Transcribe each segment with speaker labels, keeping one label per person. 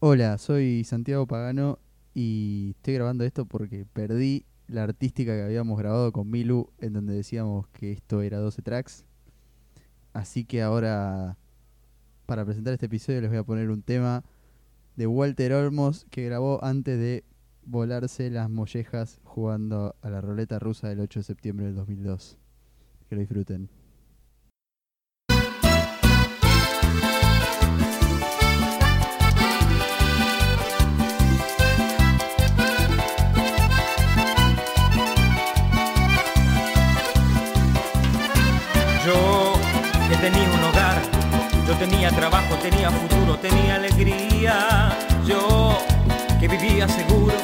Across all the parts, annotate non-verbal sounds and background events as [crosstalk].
Speaker 1: Hola, soy Santiago Pagano y estoy grabando esto porque perdí la artística que habíamos grabado con Milu en donde decíamos que esto era 12 tracks. Así que ahora, para presentar este episodio, les voy a poner un tema de Walter Olmos que grabó antes de volarse las mollejas jugando a la ruleta rusa del 8 de septiembre del 2002. Que lo disfruten.
Speaker 2: Yo que tenía un hogar, yo tenía trabajo, tenía futuro, tenía alegría. Yo que vivía seguro,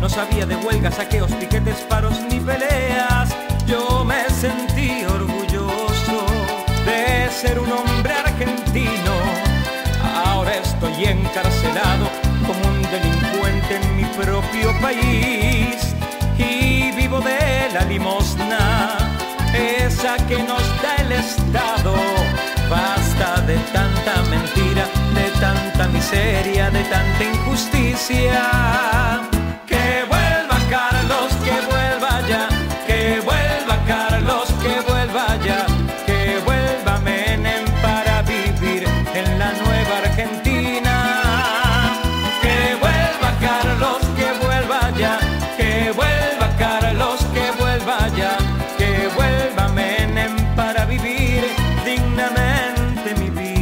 Speaker 2: no sabía de huelgas, saqueos, piquetes, paros ni peleas. Yo me sentí orgulloso de ser un hombre argentino. Ahora estoy encarcelado como un delincuente en mi propio país y vivo de la limosna esa que nos da el Estado. Basta de tanta mentira, de tanta miseria, de tanta injusticia. Que vuelva Carlos, que vuelva ya, que vuelva Carlos, que vuelva ya, que vuelva Menem para vivir en la nueva Argentina. Que vuelva Carlos, que vuelva ya, que vuelva Carlos, que vuelva ya, que vuelva Menem para vivir dignamente mi vida.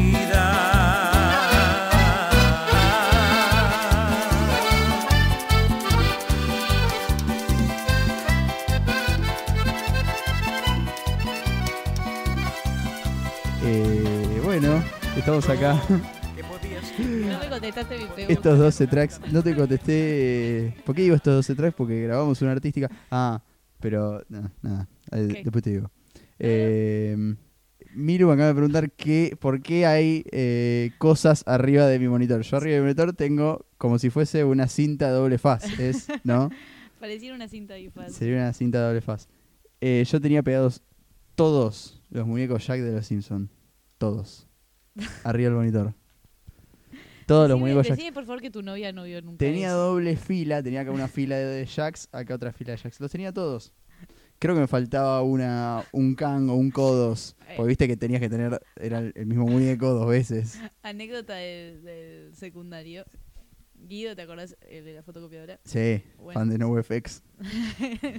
Speaker 1: Eh, bueno, estamos acá. [laughs]
Speaker 2: Que podías creer.
Speaker 3: No me contestaste mi pregunta.
Speaker 1: Estos 12 tracks, no te contesté. eh, ¿Por qué digo estos 12 tracks? Porque grabamos una artística. Ah, pero no, nada, eh,
Speaker 3: ¿Qué?
Speaker 1: después te digo. Eh, Miru me acaba de preguntar qué, por qué hay eh, cosas arriba de mi monitor. Yo arriba de mi monitor tengo como si fuese una cinta doble faz, es, ¿no?
Speaker 3: Pareciera una cinta bifaz.
Speaker 1: Sería una cinta doble faz. Eh, yo tenía pegados todos los muñecos Jack de los Simpsons. Todos. Arriba del monitor. Todos los
Speaker 3: Decime-
Speaker 1: muñecos Jack.
Speaker 3: decime, por favor que tu novia no vio nunca.
Speaker 1: Tenía
Speaker 3: eso.
Speaker 1: doble fila, tenía acá una fila de jacks, acá otra fila de jacks. Los tenía todos. Creo que me faltaba una, un can o un codos. Porque viste que tenías que tener, era el el mismo muñeco dos veces.
Speaker 3: Anécdota del, del secundario. Guido, ¿te acordás el de la fotocopiadora? [laughs]
Speaker 1: Sí,
Speaker 3: Bueno.
Speaker 1: fan de NoFX.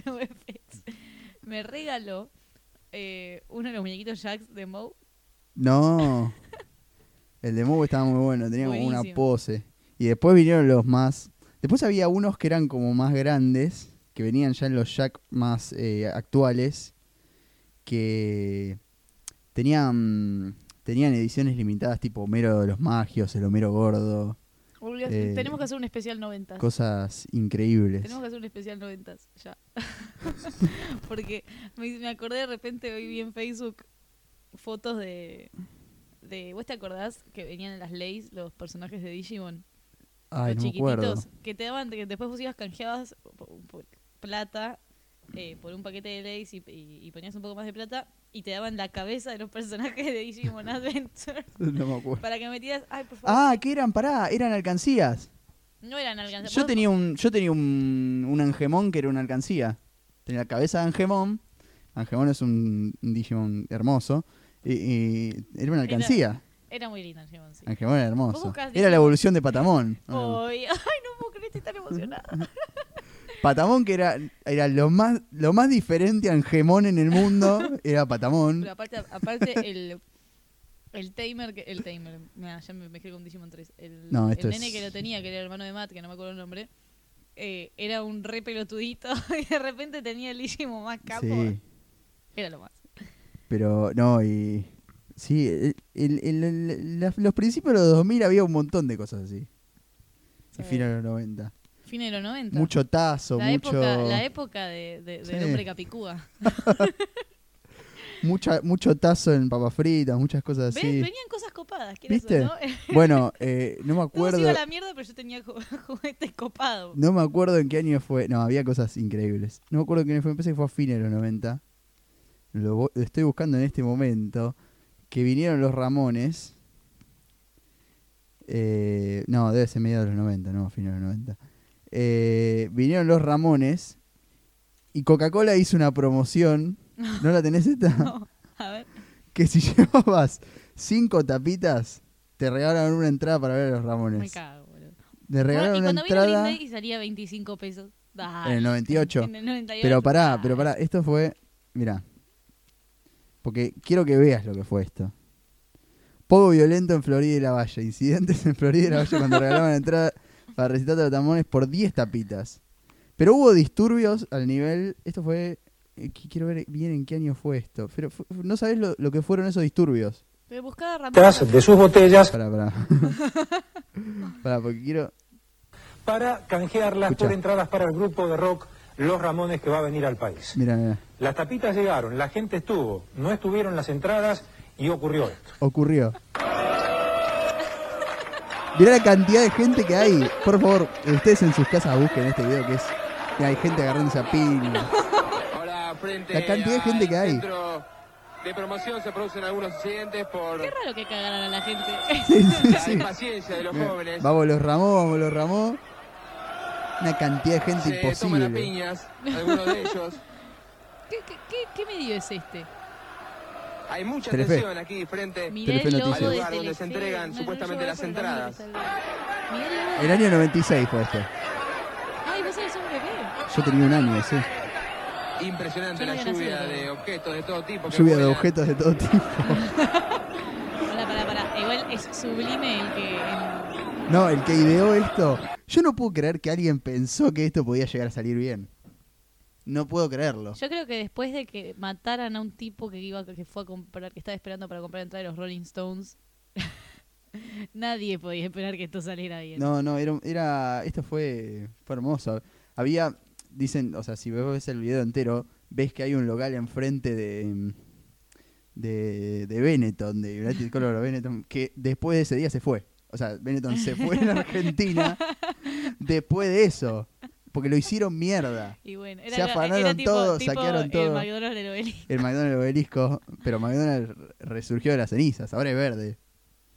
Speaker 3: UFX. Me regaló eh, uno de los muñequitos Jax de Moe.
Speaker 1: No. El de Moe estaba muy bueno, tenía como una
Speaker 3: Buenísimo.
Speaker 1: pose. Y después vinieron los más. Después había unos que eran como más grandes, que venían ya en los Jack más eh, actuales, que tenían, tenían ediciones limitadas, tipo Homero de los Magios, el Homero Gordo,
Speaker 3: Obligado-
Speaker 1: Eh,
Speaker 3: Tenemos que hacer un especial noventas.
Speaker 1: cosas increíbles.
Speaker 3: Ah. Tenemos que hacer un especial noventas, ya. [laughs] Porque me, me acordé de repente, hoy vi en Facebook fotos de, de... ¿Vos te acordás que venían en las leyes los personajes de Digimon?
Speaker 1: Ay,
Speaker 3: los
Speaker 1: no me acuerdo.
Speaker 3: chiquititos que te daban, que después vos ibas canjeabas po- po- plata eh, por un paquete de leyes y, y- y ponías un poco más de plata y te daban la cabeza de los personajes de Digimon [laughs] Adventure
Speaker 1: [laughs] No me acuerdo.
Speaker 3: para que metías, ay por favor,
Speaker 1: Ah, que eran, pará, eran alcancías.
Speaker 3: no eran alcanzables.
Speaker 1: Yo tenía un, yo tenía un, un Angemon que era una alcancía. Tenía la cabeza de Angemon. Angemon es un, un Digimon hermoso. Y, y era una alcancía.
Speaker 3: Era muy lindo Digimon, sí.
Speaker 1: Angemon era
Speaker 3: Vos
Speaker 1: hermoso.
Speaker 3: buscás
Speaker 1: Era
Speaker 3: Digimon.
Speaker 1: la evolución de Patamon. Ah.
Speaker 3: Ay, ay, no puedo creer, estoy tan emocionada.
Speaker 1: Patamon que era, era lo más, lo más diferente a Angemon en el
Speaker 3: [laughs]
Speaker 1: mundo, era Patamon.
Speaker 3: Pero aparte, aparte el, el tamer, que- el tamer, nah, ya me mezclé con Digimon 3. El,
Speaker 1: No,
Speaker 3: el
Speaker 1: esto
Speaker 3: nene
Speaker 1: es-
Speaker 3: que lo tenía, que era el hermano de Matt, que no me acuerdo el nombre, eh, era un re pelotudito [laughs] y de repente tenía el Digimon más capo.
Speaker 1: Sí.
Speaker 3: Era lo más.
Speaker 1: Pero no, y. Sí, el- el- el- el- la- los principios de los 2000 había un montón de cosas así. Y
Speaker 3: Sí.
Speaker 1: fines de los 90.
Speaker 3: Fines de los 90.
Speaker 1: Mucho tazo,
Speaker 3: la
Speaker 1: mucho.
Speaker 3: época, la época de, de- del
Speaker 1: Sí.
Speaker 3: hombre capicúa.
Speaker 1: mucha, mucho tazo en papas fritas, muchas cosas
Speaker 3: ¿Ves?
Speaker 1: así.
Speaker 3: Venían cosas copadas, ¿qué era eso,
Speaker 1: Ah, ¿Viste?
Speaker 3: no? [laughs]
Speaker 1: Bueno, eh, no me
Speaker 3: Todos
Speaker 1: acuerdo,
Speaker 3: iba a la mierda, pero yo tenía ju- [laughs] juguete copado.
Speaker 1: no me acuerdo en qué año fue. No, había cosas increíbles. No me acuerdo en qué año fue, me parece que fue a fines de los 90. Lo, vo- lo estoy buscando en este momento. Que vinieron los Ramones. Eh, no, debe ser mediados de los 90, no, fines de los 90. Eh, vinieron los Ramones y Coca-Cola hizo una
Speaker 3: [laughs]
Speaker 1: promoción. ¿No la tenés esta?
Speaker 3: No, [laughs] a ver.
Speaker 1: Que si [laughs] llevabas cinco tapitas, te regalaban una entrada para ver a los
Speaker 3: Me
Speaker 1: Ramones.
Speaker 3: cago, boludo.
Speaker 1: Te
Speaker 3: Bueno,
Speaker 1: regalaron
Speaker 3: y
Speaker 1: una
Speaker 3: cuando vino Green
Speaker 1: entrada
Speaker 3: Day y salía 25 pesos. Dale.
Speaker 1: en el 98.
Speaker 3: En el 98.
Speaker 1: Pero pará,
Speaker 3: dale.
Speaker 1: pero pará, esto fue. Mirá. Porque quiero que veas lo que fue esto. Poco violento en Florida y la Valle. Incidentes en Florida y la Valle
Speaker 3: [laughs]
Speaker 1: cuando regalaban entrada para recitar de los tamones por 10 tapitas. Pero hubo disturbios al nivel. Esto fue. eh, qui- Quiero ver bien en qué año fue esto. Pero fu- no sabés lo, lo que fueron esos disturbios.
Speaker 3: Pero buscaba Ramones.
Speaker 4: detrás de sus botellas
Speaker 1: Pará, pará. [laughs] pará, porque quiero.
Speaker 4: para canjearlas
Speaker 1: Escuchá.
Speaker 4: por entradas para el grupo de rock Los Ramones que va a venir al país.
Speaker 1: Mirá, mirá.
Speaker 4: Las tapitas llegaron, la gente estuvo, no estuvieron las entradas y ocurrió esto.
Speaker 1: ocurrió. Mirá la cantidad de gente que hay. Por favor, ustedes en sus casas busquen este video que es. que hay gente agarrándose a piña.
Speaker 5: Ahora, frente
Speaker 1: La cantidad de
Speaker 5: al
Speaker 1: gente que hay.
Speaker 5: centro de promoción se producen algunos accidentes por
Speaker 3: Qué raro que cagaran a la
Speaker 1: Sí,
Speaker 3: gente.
Speaker 1: [laughs]
Speaker 3: [laughs]
Speaker 1: sí,
Speaker 5: la
Speaker 1: sí.
Speaker 5: impaciencia de los
Speaker 1: Mirá,
Speaker 5: jóvenes.
Speaker 1: Vamos los Ramó, vamos los Ramó. Una cantidad de gente
Speaker 5: se toman a
Speaker 1: imposible.
Speaker 5: Eh, piñas, algunos de ellos.
Speaker 3: ¿Qué, qué, qué, qué medio es este?
Speaker 5: Hay mucha
Speaker 1: Telefe.
Speaker 5: tensión aquí frente.
Speaker 3: Mirá
Speaker 1: Telefe
Speaker 3: el logo de
Speaker 1: Noticias.
Speaker 5: Al lugar donde
Speaker 3: Telefe.
Speaker 5: se entregan supuestamente
Speaker 3: llegó
Speaker 5: las
Speaker 3: por el logo
Speaker 5: entradas.
Speaker 3: que salió. Mirá el logo.
Speaker 1: El año 96 fue esto.
Speaker 3: Ay, vos eres un bebé.
Speaker 1: Yo tenía un año, sí.
Speaker 5: Impresionante
Speaker 3: Yo no
Speaker 5: la
Speaker 3: había
Speaker 5: lluvia
Speaker 3: nacido.
Speaker 5: de objetos de todo tipo. que
Speaker 1: Lluvia de
Speaker 5: vuelan.
Speaker 1: objetos de todo tipo.
Speaker 3: Pará, pará, pará. Igual es sublime el que. em, el-
Speaker 1: No, el que ideó esto. Yo no puedo creer que alguien pensó que esto podía llegar a salir bien. No puedo creerlo.
Speaker 3: Yo creo que después de que mataran a un tipo que iba que fue a comprar, que estaba esperando para comprar entrada de los Rolling Stones, [laughs] nadie podía esperar que esto saliera bien.
Speaker 1: No, no, era, era esto fue, fue hermoso. Había, dicen, o sea, si vos ves el video entero, ves que hay un local enfrente de mm, de, de Benetton, de United Color Benetton, que después de ese día se fue. O sea, Benetton se fue de Argentina después de eso, porque lo hicieron mierda.
Speaker 3: Y bueno, era,
Speaker 1: Se
Speaker 3: era-
Speaker 1: afanaron
Speaker 3: era tipo,
Speaker 1: todo,
Speaker 3: tipo
Speaker 1: saquearon
Speaker 3: El
Speaker 1: todo.
Speaker 3: McDonald's del obelisco.
Speaker 1: El McDonald's obelisco, pero McDonald's resurgió de las cenizas, ahora es verde.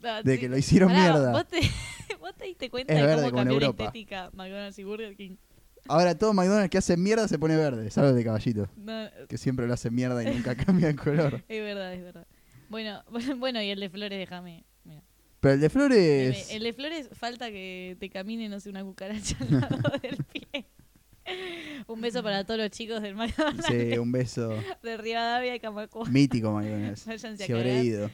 Speaker 3: Ah,
Speaker 1: De que lo hicieron
Speaker 3: Pará,
Speaker 1: mierda.
Speaker 3: ¿Vos te, [laughs] vos te diste cuenta
Speaker 1: Es
Speaker 3: de
Speaker 1: verde
Speaker 3: cómo
Speaker 1: como en
Speaker 3: cambió la
Speaker 1: Europa.
Speaker 3: estética McDonald's y Burger King?
Speaker 1: Ahora todo McDonald's que hace mierda se pone verde, salvo el de caballito,
Speaker 3: No, es
Speaker 1: que siempre lo hace mierda y
Speaker 3: [laughs]
Speaker 1: nunca cambia el color.
Speaker 3: verdad, es verdad. Bueno, [laughs] bueno, y el de Flores, déjame. mira.
Speaker 1: Pero el de Flores.
Speaker 3: El de Flores falta que te camine, no sé, una cucaracha al
Speaker 1: [laughs]
Speaker 3: lado del pie. Un beso para todos los chicos del McDonald's
Speaker 1: Sí, un beso
Speaker 3: [laughs] de Rivadavia y Camacua.
Speaker 1: mítico, McDonald's.
Speaker 3: Váyanse a
Speaker 1: Si habré
Speaker 3: cagar.
Speaker 1: ido.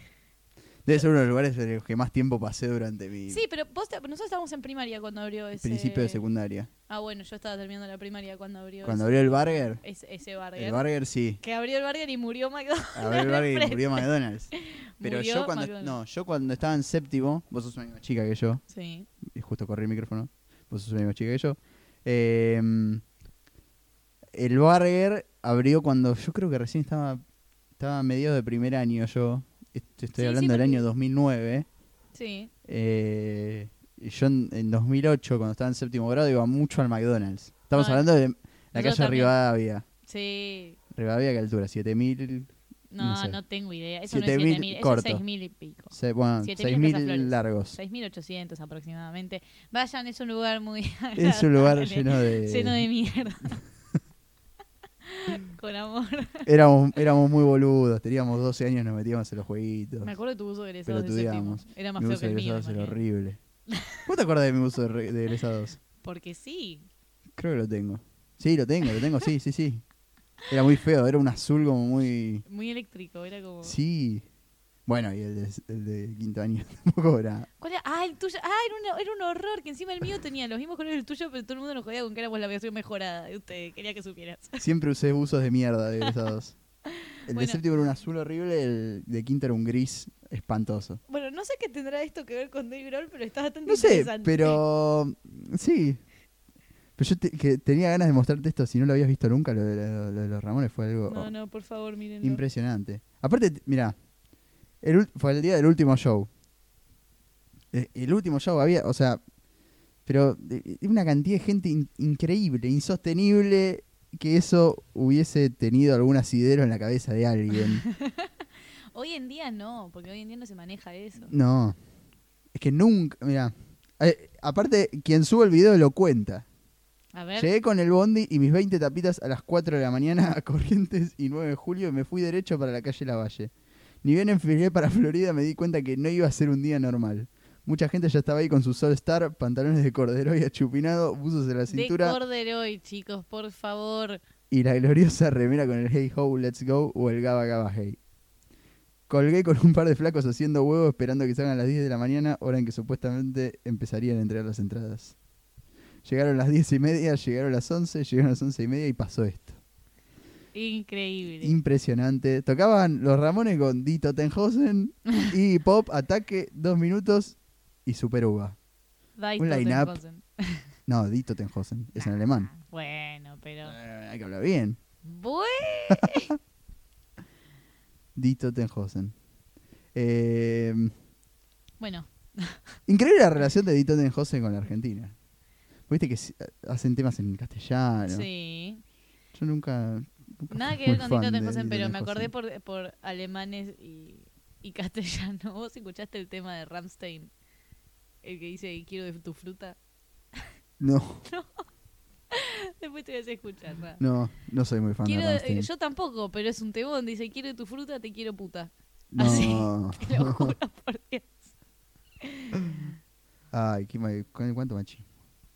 Speaker 1: Debe ser uno de los lugares en los que más tiempo pasé durante mi
Speaker 3: Sí, pero vos te- nosotros estábamos en primaria cuando abrió ese...
Speaker 1: principio de secundaria.
Speaker 3: Ah, bueno, yo estaba terminando la primaria cuando abrió
Speaker 1: Cuando
Speaker 3: ese,
Speaker 1: abrió el Burger,
Speaker 3: ese, ese ¿eh? burger.
Speaker 1: el Burger
Speaker 3: [laughs]
Speaker 1: sí.
Speaker 3: Que abrió el burger y murió McDonald's.
Speaker 1: Abrió
Speaker 3: [laughs]
Speaker 1: el Burger y
Speaker 3: enfrente.
Speaker 1: murió McDonald's. Pero
Speaker 3: Murió
Speaker 1: yo cuando
Speaker 3: McDonald's.
Speaker 1: no, yo cuando estaba en séptimo, vos sos una misma chica que yo,
Speaker 3: Sí.
Speaker 1: y justo corrí el micrófono, vos sos una misma chica que yo. eh, el Burger abrió cuando yo creo que recién estaba estaba a mediados de primer año yo. Est- Estoy
Speaker 3: Sí,
Speaker 1: hablando
Speaker 3: sí,
Speaker 1: del
Speaker 3: porque-
Speaker 1: año 2009.
Speaker 3: Sí.
Speaker 1: Eh, yo en, en 2008, cuando estaba en séptimo grado, iba mucho al McDonald's. Estamos
Speaker 3: Ah,
Speaker 1: hablando de la
Speaker 3: yo
Speaker 1: calle
Speaker 3: también.
Speaker 1: Rivadavia.
Speaker 3: Sí.
Speaker 1: Rivadavia, ¿qué altura? 7000,
Speaker 3: No,
Speaker 1: No
Speaker 3: no,
Speaker 1: sé.
Speaker 3: tengo idea. Eso no es
Speaker 1: 7000
Speaker 3: 7000, eso es
Speaker 1: corto.
Speaker 3: 6000 y pico.
Speaker 1: se- bueno,
Speaker 3: 7000
Speaker 1: 6000
Speaker 3: Casaflores.
Speaker 1: largos.
Speaker 3: 6800 aproximadamente. Vayan, es un lugar muy
Speaker 1: Es un lugar
Speaker 3: agradable,
Speaker 1: lleno de.
Speaker 3: [laughs] lleno
Speaker 1: [laughs]
Speaker 3: de mierda. Con amor.
Speaker 1: Éramos, éramos muy boludos, teníamos 12 años, nos metíamos en los jueguitos.
Speaker 3: Me acuerdo de tu buzo de egresados
Speaker 1: Pero
Speaker 3: de séptimo.
Speaker 1: estudiamos.
Speaker 3: Era más
Speaker 1: Mi
Speaker 3: feo
Speaker 1: uso
Speaker 3: que
Speaker 1: de
Speaker 3: el mío.
Speaker 1: egresados era
Speaker 3: imagínate. [laughs]
Speaker 1: horrible. ¿Vos te acordás de mi uso de, re- de egresados?
Speaker 3: Porque sí.
Speaker 1: Creo que lo tengo. Sí, lo tengo, lo tengo, sí, sí, sí. Era muy feo, era un azul como muy.
Speaker 3: Muy eléctrico, era como...
Speaker 1: Sí. Bueno, y el de, el de quinto año [laughs] tampoco era.
Speaker 3: ¿Cuál era? Ah, el tuyo. Ah, era, una- era un horror, que encima el mío tenía los mismos colores del tuyo, pero todo el mundo nos jodía con que éramos la versión mejorada. Y Usted quería que supieras.
Speaker 1: Siempre usé buzos de mierda de egresados. El
Speaker 3: Bueno.
Speaker 1: de séptimo era un azul horrible, el de quinto era un gris espantoso.
Speaker 3: Bueno, no sé qué tendrá esto que ver con Dave Grohl, pero está bastante
Speaker 1: No sé,
Speaker 3: interesante.
Speaker 1: pero sí. Pero yo te- que tenía ganas de mostrarte esto, si no lo habías visto nunca, lo de, lo- lo de los Ramones fue algo
Speaker 3: No, no, por favor, miren.
Speaker 1: impresionante. Aparte, t- mirá, el ul- fue el día del último show. E- El, último show había, o sea, pero de- de una cantidad de gente in- increíble, insostenible, que eso hubiese tenido algún asidero en la cabeza de alguien.
Speaker 3: Hoy en día no, porque hoy en día no se maneja eso.
Speaker 1: No. Es que nunca, mira. aparte, quien sube el video lo cuenta.
Speaker 3: A ver.
Speaker 1: Llegué con el bondi y mis 20 tapitas a las 4 de la mañana a Corrientes y 9 de julio y me fui derecho para la calle Lavalle. Ni bien enfilé para Florida me di cuenta que no iba a ser un día normal. Mucha gente ya estaba ahí con su Sol Star, pantalones de cordero y achupinado, buzos en la
Speaker 3: de
Speaker 1: cintura
Speaker 3: Corderoy, chicos, por favor.
Speaker 1: y la gloriosa remera con el Hey Ho, Let's Go o el Gaba Gaba Hey. Colgué con un par de flacos haciendo huevo esperando que salgan las 10 de la mañana, hora en que supuestamente empezarían a entregar las entradas. Llegaron las 10 y media, llegaron las 11, llegaron las 11 y media y pasó esto.
Speaker 3: Increíble.
Speaker 1: Impresionante. Tocaban los Ramones con Dito Tenhausen y Pop, Ataque, dos minutos y Super Uva.
Speaker 3: Dai
Speaker 1: un line-up
Speaker 3: Tottenhausen.
Speaker 1: No, Dito Tenhausen, es en alemán.
Speaker 3: Bueno, pero.
Speaker 1: Eh, hay que hablar bien.
Speaker 3: Bue-
Speaker 1: Dito Tenhausen. Eh,
Speaker 3: bueno,
Speaker 1: increíble la relación de Dito Tenhausen con la Argentina. Viste que s- hacen temas en castellano.
Speaker 3: sí.
Speaker 1: Yo nunca. nunca
Speaker 3: Nada
Speaker 1: fui
Speaker 3: que
Speaker 1: muy
Speaker 3: ver con
Speaker 1: fan
Speaker 3: Tito
Speaker 1: de
Speaker 3: Tenjosen,
Speaker 1: Dito
Speaker 3: pero me acordé
Speaker 1: Tenhausen.
Speaker 3: por, por alemanes y, y [laughs] castellano. ¿Vos escuchaste el tema de Ramstein? El que dice quiero de tu fruta. [laughs]
Speaker 1: No,
Speaker 3: Después te voy a hacer escuchar. va.
Speaker 1: no, no soy muy fan
Speaker 3: Quiero,
Speaker 1: de
Speaker 3: eh,
Speaker 1: Rammstein.
Speaker 3: yo tampoco, pero es un tebón. Dice quiero de tu fruta, te quiero puta. [laughs] así.
Speaker 1: No.
Speaker 3: Te lo juro por Dios.
Speaker 1: Ay, qué mal- cu- cuánto machi.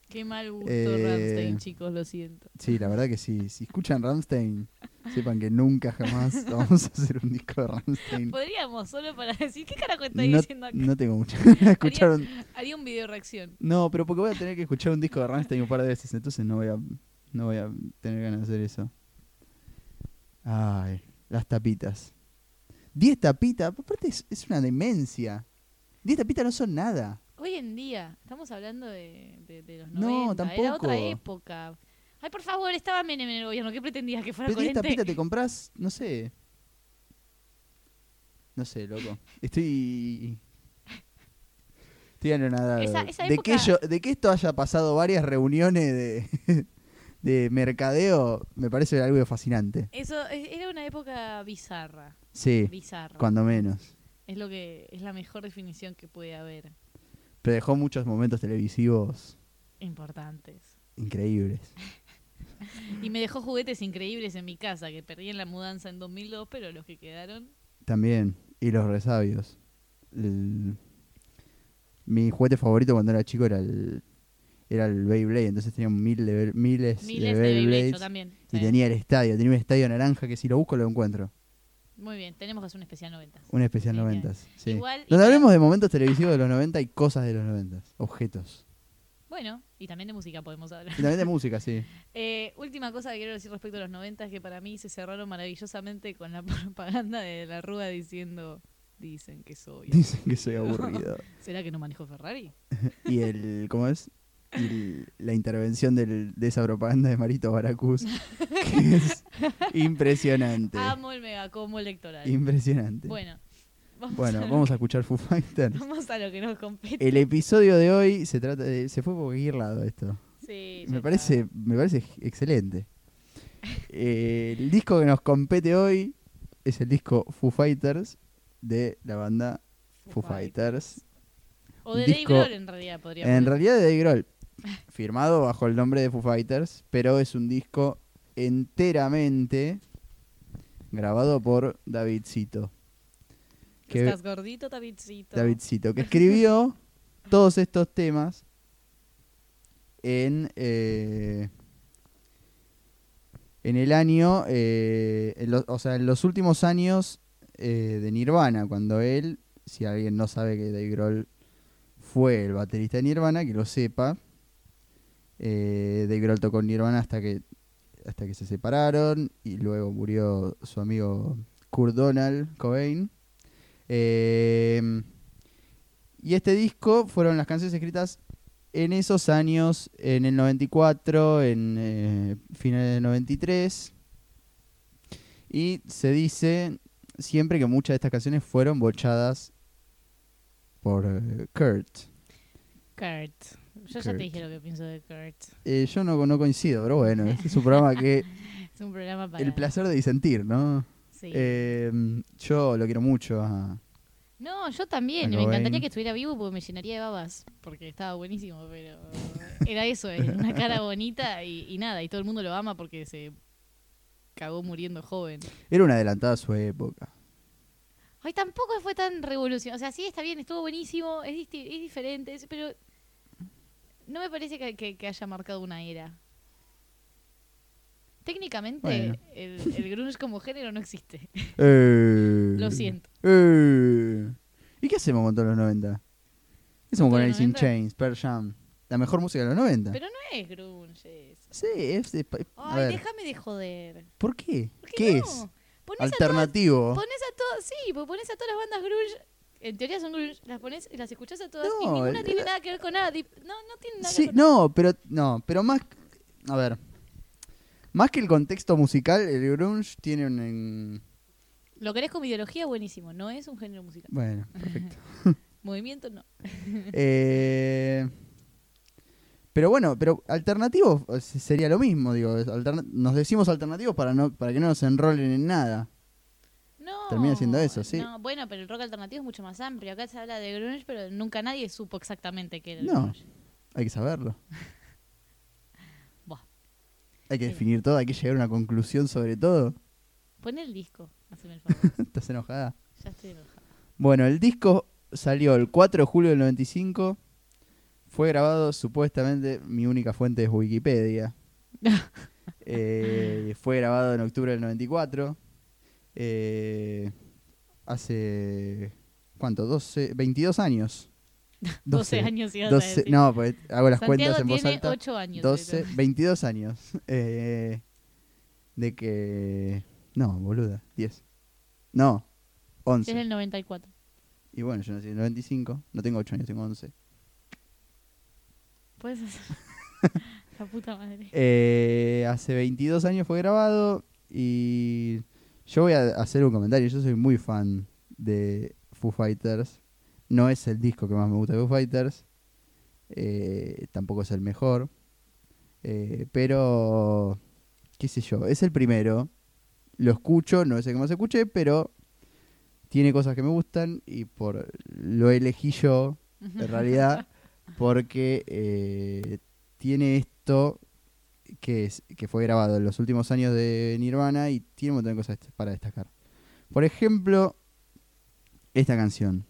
Speaker 3: Qué mal gusto
Speaker 1: Eh,
Speaker 3: Ramstein, chicos, lo siento.
Speaker 1: Sí, la verdad que sí. Si escuchan Ramstein, sepan que nunca
Speaker 3: [laughs]
Speaker 1: jamás vamos a hacer un disco de Ramstein.
Speaker 3: Podríamos solo para [laughs] decir, ¿qué carajo estáis
Speaker 1: No,
Speaker 3: Pues, diciendo acá?
Speaker 1: no tengo mucho. [laughs] Escucharon.
Speaker 3: Haría un video reacción.
Speaker 1: No, pero porque voy a tener que escuchar un disco de Ramstein un par de veces, entonces no voy a, no voy a tener ganas de hacer eso. Ay, las tapitas. 10 tapitas, aparte es, es una demencia. 10 tapitas no son nada.
Speaker 3: Hoy en día, estamos hablando de, de- de los 90.
Speaker 1: No,
Speaker 3: Era
Speaker 1: tampoco.
Speaker 3: otra época. Ay, por favor, estaba Menem en el gobierno. ¿Qué pretendías? ¿Que fuera
Speaker 1: Pero 10
Speaker 3: coherente?
Speaker 1: tapitas te compras, no sé. No sé, loco. Estoy. Estoy anonadado.
Speaker 3: Esa- esa
Speaker 1: de, que
Speaker 3: época-
Speaker 1: yo- de que esto haya pasado varias reuniones de, [laughs] de mercadeo, me parece algo fascinante.
Speaker 3: Eso e- era una época bizarra.
Speaker 1: Sí,
Speaker 3: Bizarra.
Speaker 1: cuando menos.
Speaker 3: Es lo que es la mejor definición que puede haber.
Speaker 1: Pero dejó muchos momentos televisivos
Speaker 3: Importantes.
Speaker 1: increíbles.
Speaker 3: Y me dejó juguetes increíbles en mi casa que perdí en la mudanza en 2002, pero los que quedaron.
Speaker 1: También. Y los resabios. El- Mi juguete favorito cuando era chico era el. Era el Beyblade, entonces tenía mil de Bey- miles,
Speaker 3: Miles
Speaker 1: de
Speaker 3: de Beyblades, yo
Speaker 1: Beyblades.
Speaker 3: también.
Speaker 1: Y
Speaker 3: Sí.
Speaker 1: tenía el estadio, tenía un estadio naranja que si lo busco lo encuentro.
Speaker 3: Muy bien, tenemos que hacer un especial 90.
Speaker 1: Un especial
Speaker 3: Genial.
Speaker 1: noventas. Sí.
Speaker 3: Igual-
Speaker 1: Donde
Speaker 3: igual-
Speaker 1: hablemos de momentos televisivos de los 90 y cosas de los 90, objetos.
Speaker 3: Bueno, y también de música podemos hablar.
Speaker 1: Y también de música, sí. [laughs]
Speaker 3: Eh, última cosa que quiero decir respecto a los 90 es que para mí se cerraron maravillosamente con la [laughs] propaganda de la Rúa diciendo, dicen que soy.
Speaker 1: Dicen que soy aburrido.
Speaker 3: ¿Será que no manejo Ferrari?
Speaker 1: y el cómo es Y el- la intervención del- de esa propaganda de Marito
Speaker 3: [laughs]
Speaker 1: Baracus que es impresionante
Speaker 3: Amo el megacombo electoral.
Speaker 1: impresionante
Speaker 3: [laughs] Bueno, vamos,
Speaker 1: Bueno,
Speaker 3: a, lo-
Speaker 1: vamos Eh, a escuchar Foo Fighters
Speaker 3: [laughs] vamos a lo que nos compete.
Speaker 1: el episodio de hoy se trata de, se fue por cualquier lado esto
Speaker 3: Sí, ya
Speaker 1: me
Speaker 3: está.
Speaker 1: parece me parece excelente Eh, el disco que nos compete hoy es el disco Foo Fighters de la banda Foo Fighters
Speaker 3: O de
Speaker 1: disco-
Speaker 3: Dave Grohl en realidad podría
Speaker 1: En
Speaker 3: poner.
Speaker 1: realidad de Dave Grohl, firmado bajo el nombre de Foo Fighters, pero es un disco enteramente grabado por Davidcito. que-
Speaker 3: Estás gordito, Davidcito.
Speaker 1: Davidcito, que escribió todos estos temas en, eh, en el año, eh, en lo- o sea, en los últimos años eh, de Nirvana, cuando él, si alguien no sabe que Dave Grohl fue el baterista de Nirvana, que lo sepa, eh, Dave Grohl tocó en Nirvana hasta que hasta que se separaron y luego murió su amigo Kurt Donald Cobain. Eh, y este disco fueron las canciones escritas en esos años, en el 94, en eh, finales del 93. Y se dice siempre que muchas de estas canciones fueron bochadas por eh, Kurt.
Speaker 3: Kurt. Yo ya
Speaker 1: Kurt.
Speaker 3: te dije lo que pienso de Kurt.
Speaker 1: Eh, yo no, no coincido, pero bueno, este es un programa
Speaker 3: [laughs]
Speaker 1: que
Speaker 3: Es un programa para...
Speaker 1: eh, el placer de disentir, ¿no?
Speaker 3: Sí.
Speaker 1: Eh, yo lo quiero mucho a,
Speaker 3: No, yo también. y Me
Speaker 1: Cobain.
Speaker 3: encantaría que estuviera vivo porque me llenaría de babas. Porque estaba buenísimo, pero era eso, eh, una cara bonita y, y nada. Y todo el mundo lo ama porque se cagó muriendo joven.
Speaker 1: Era una adelantada a su época.
Speaker 3: Ay, tampoco fue tan revolucionario. O sea, sí, está bien, estuvo buenísimo, es, disti- es diferente, es- pero no me parece que, que- que haya marcado una era. Técnicamente,
Speaker 1: Bueno.
Speaker 3: el, el grunge como género
Speaker 1: [laughs]
Speaker 3: no existe.
Speaker 1: Eh.
Speaker 3: Lo siento.
Speaker 1: Eh. ¿Y qué hacemos con todos los 90? ¿Qué hacemos
Speaker 3: ¿Con
Speaker 1: con
Speaker 3: todos los
Speaker 1: Alice in
Speaker 3: 90?
Speaker 1: Chains, Pearl Jam? La mejor música de los 90.
Speaker 3: Pero no es grunge eso.
Speaker 1: Sí, es... es- a
Speaker 3: Ay,
Speaker 1: ver,
Speaker 3: déjame de joder.
Speaker 1: ¿por qué?
Speaker 3: ¿Por
Speaker 1: ¿Qué,
Speaker 3: qué,
Speaker 1: es?
Speaker 3: no? Ponés a todas-
Speaker 1: Alternativo.
Speaker 3: Pones a todas, sí, porque pones a todas las bandas grunge, en teoría son grunge, las pones y las escuchas a todas y
Speaker 1: No,
Speaker 3: ninguna
Speaker 1: el-
Speaker 3: tiene nada que ver con nada. dip- No, no tiene nada
Speaker 1: Sí,
Speaker 3: que ver con
Speaker 1: no, pero no, pero más a ver. Más que el contexto musical, el grunge tiene un en-
Speaker 3: Lo querés como ideología, buenísimo, no es un género musical.
Speaker 1: bueno,
Speaker 3: [laughs]
Speaker 1: perfecto.
Speaker 3: Movimiento no.
Speaker 1: Eh, pero bueno, pero alternativos eh, sería lo mismo, digo, es alterna- nos decimos alternativos para no para que no nos enrolen en nada.
Speaker 3: No.
Speaker 1: Termina siendo eso, sí.
Speaker 3: No, bueno, pero el rock alternativo es mucho más amplio. Acá se habla de grunge, pero nunca nadie supo exactamente qué era el
Speaker 1: No.
Speaker 3: grunge.
Speaker 1: Hay que saberlo.
Speaker 3: [laughs] Buah. Eh.
Speaker 1: Hay que
Speaker 3: Sí.
Speaker 1: definir todo, hay que llegar a una conclusión sobre todo. [laughs]
Speaker 3: Pon el disco, haceme el favor.
Speaker 1: Estás enojada.
Speaker 3: ya estoy enojada.
Speaker 1: Bueno, el disco salió el 4 de julio del 95. Fue grabado, supuestamente, mi única fuente es
Speaker 3: [laughs]
Speaker 1: Wikipedia. Eh, fue grabado en octubre del 94. Eh, hace. ¿Cuánto? 12, 22 años.
Speaker 3: [laughs] 12 años ibas a
Speaker 1: 12
Speaker 3: decir.
Speaker 1: No, pues hago las
Speaker 3: Santiago
Speaker 1: cuentas en voz
Speaker 3: tiene
Speaker 1: alta.
Speaker 3: 8 años.
Speaker 1: 12,
Speaker 3: pero-
Speaker 1: 22 años. [laughs] Eh, de que. No, boluda, 10. No, 11.
Speaker 3: Es el 94.
Speaker 1: Y bueno, yo nací en el 95, no tengo 8 años, tengo 11.
Speaker 3: Puedes
Speaker 1: [laughs]
Speaker 3: hacer. La puta madre.
Speaker 1: Eh, hace 22 años fue grabado y yo voy a hacer un comentario. Yo soy muy fan de Foo Fighters. No es el disco que más me gusta de Foo Fighters. Eh, tampoco es el mejor. Eh, pero, qué sé yo, es el primero. Lo escucho, no es el que más escuché, pero tiene cosas que me gustan y por lo elegí yo en realidad, porque eh, tiene esto que, es, que fue grabado en los últimos años de Nirvana y tiene un montón de cosas dest- para destacar. Por ejemplo, esta canción.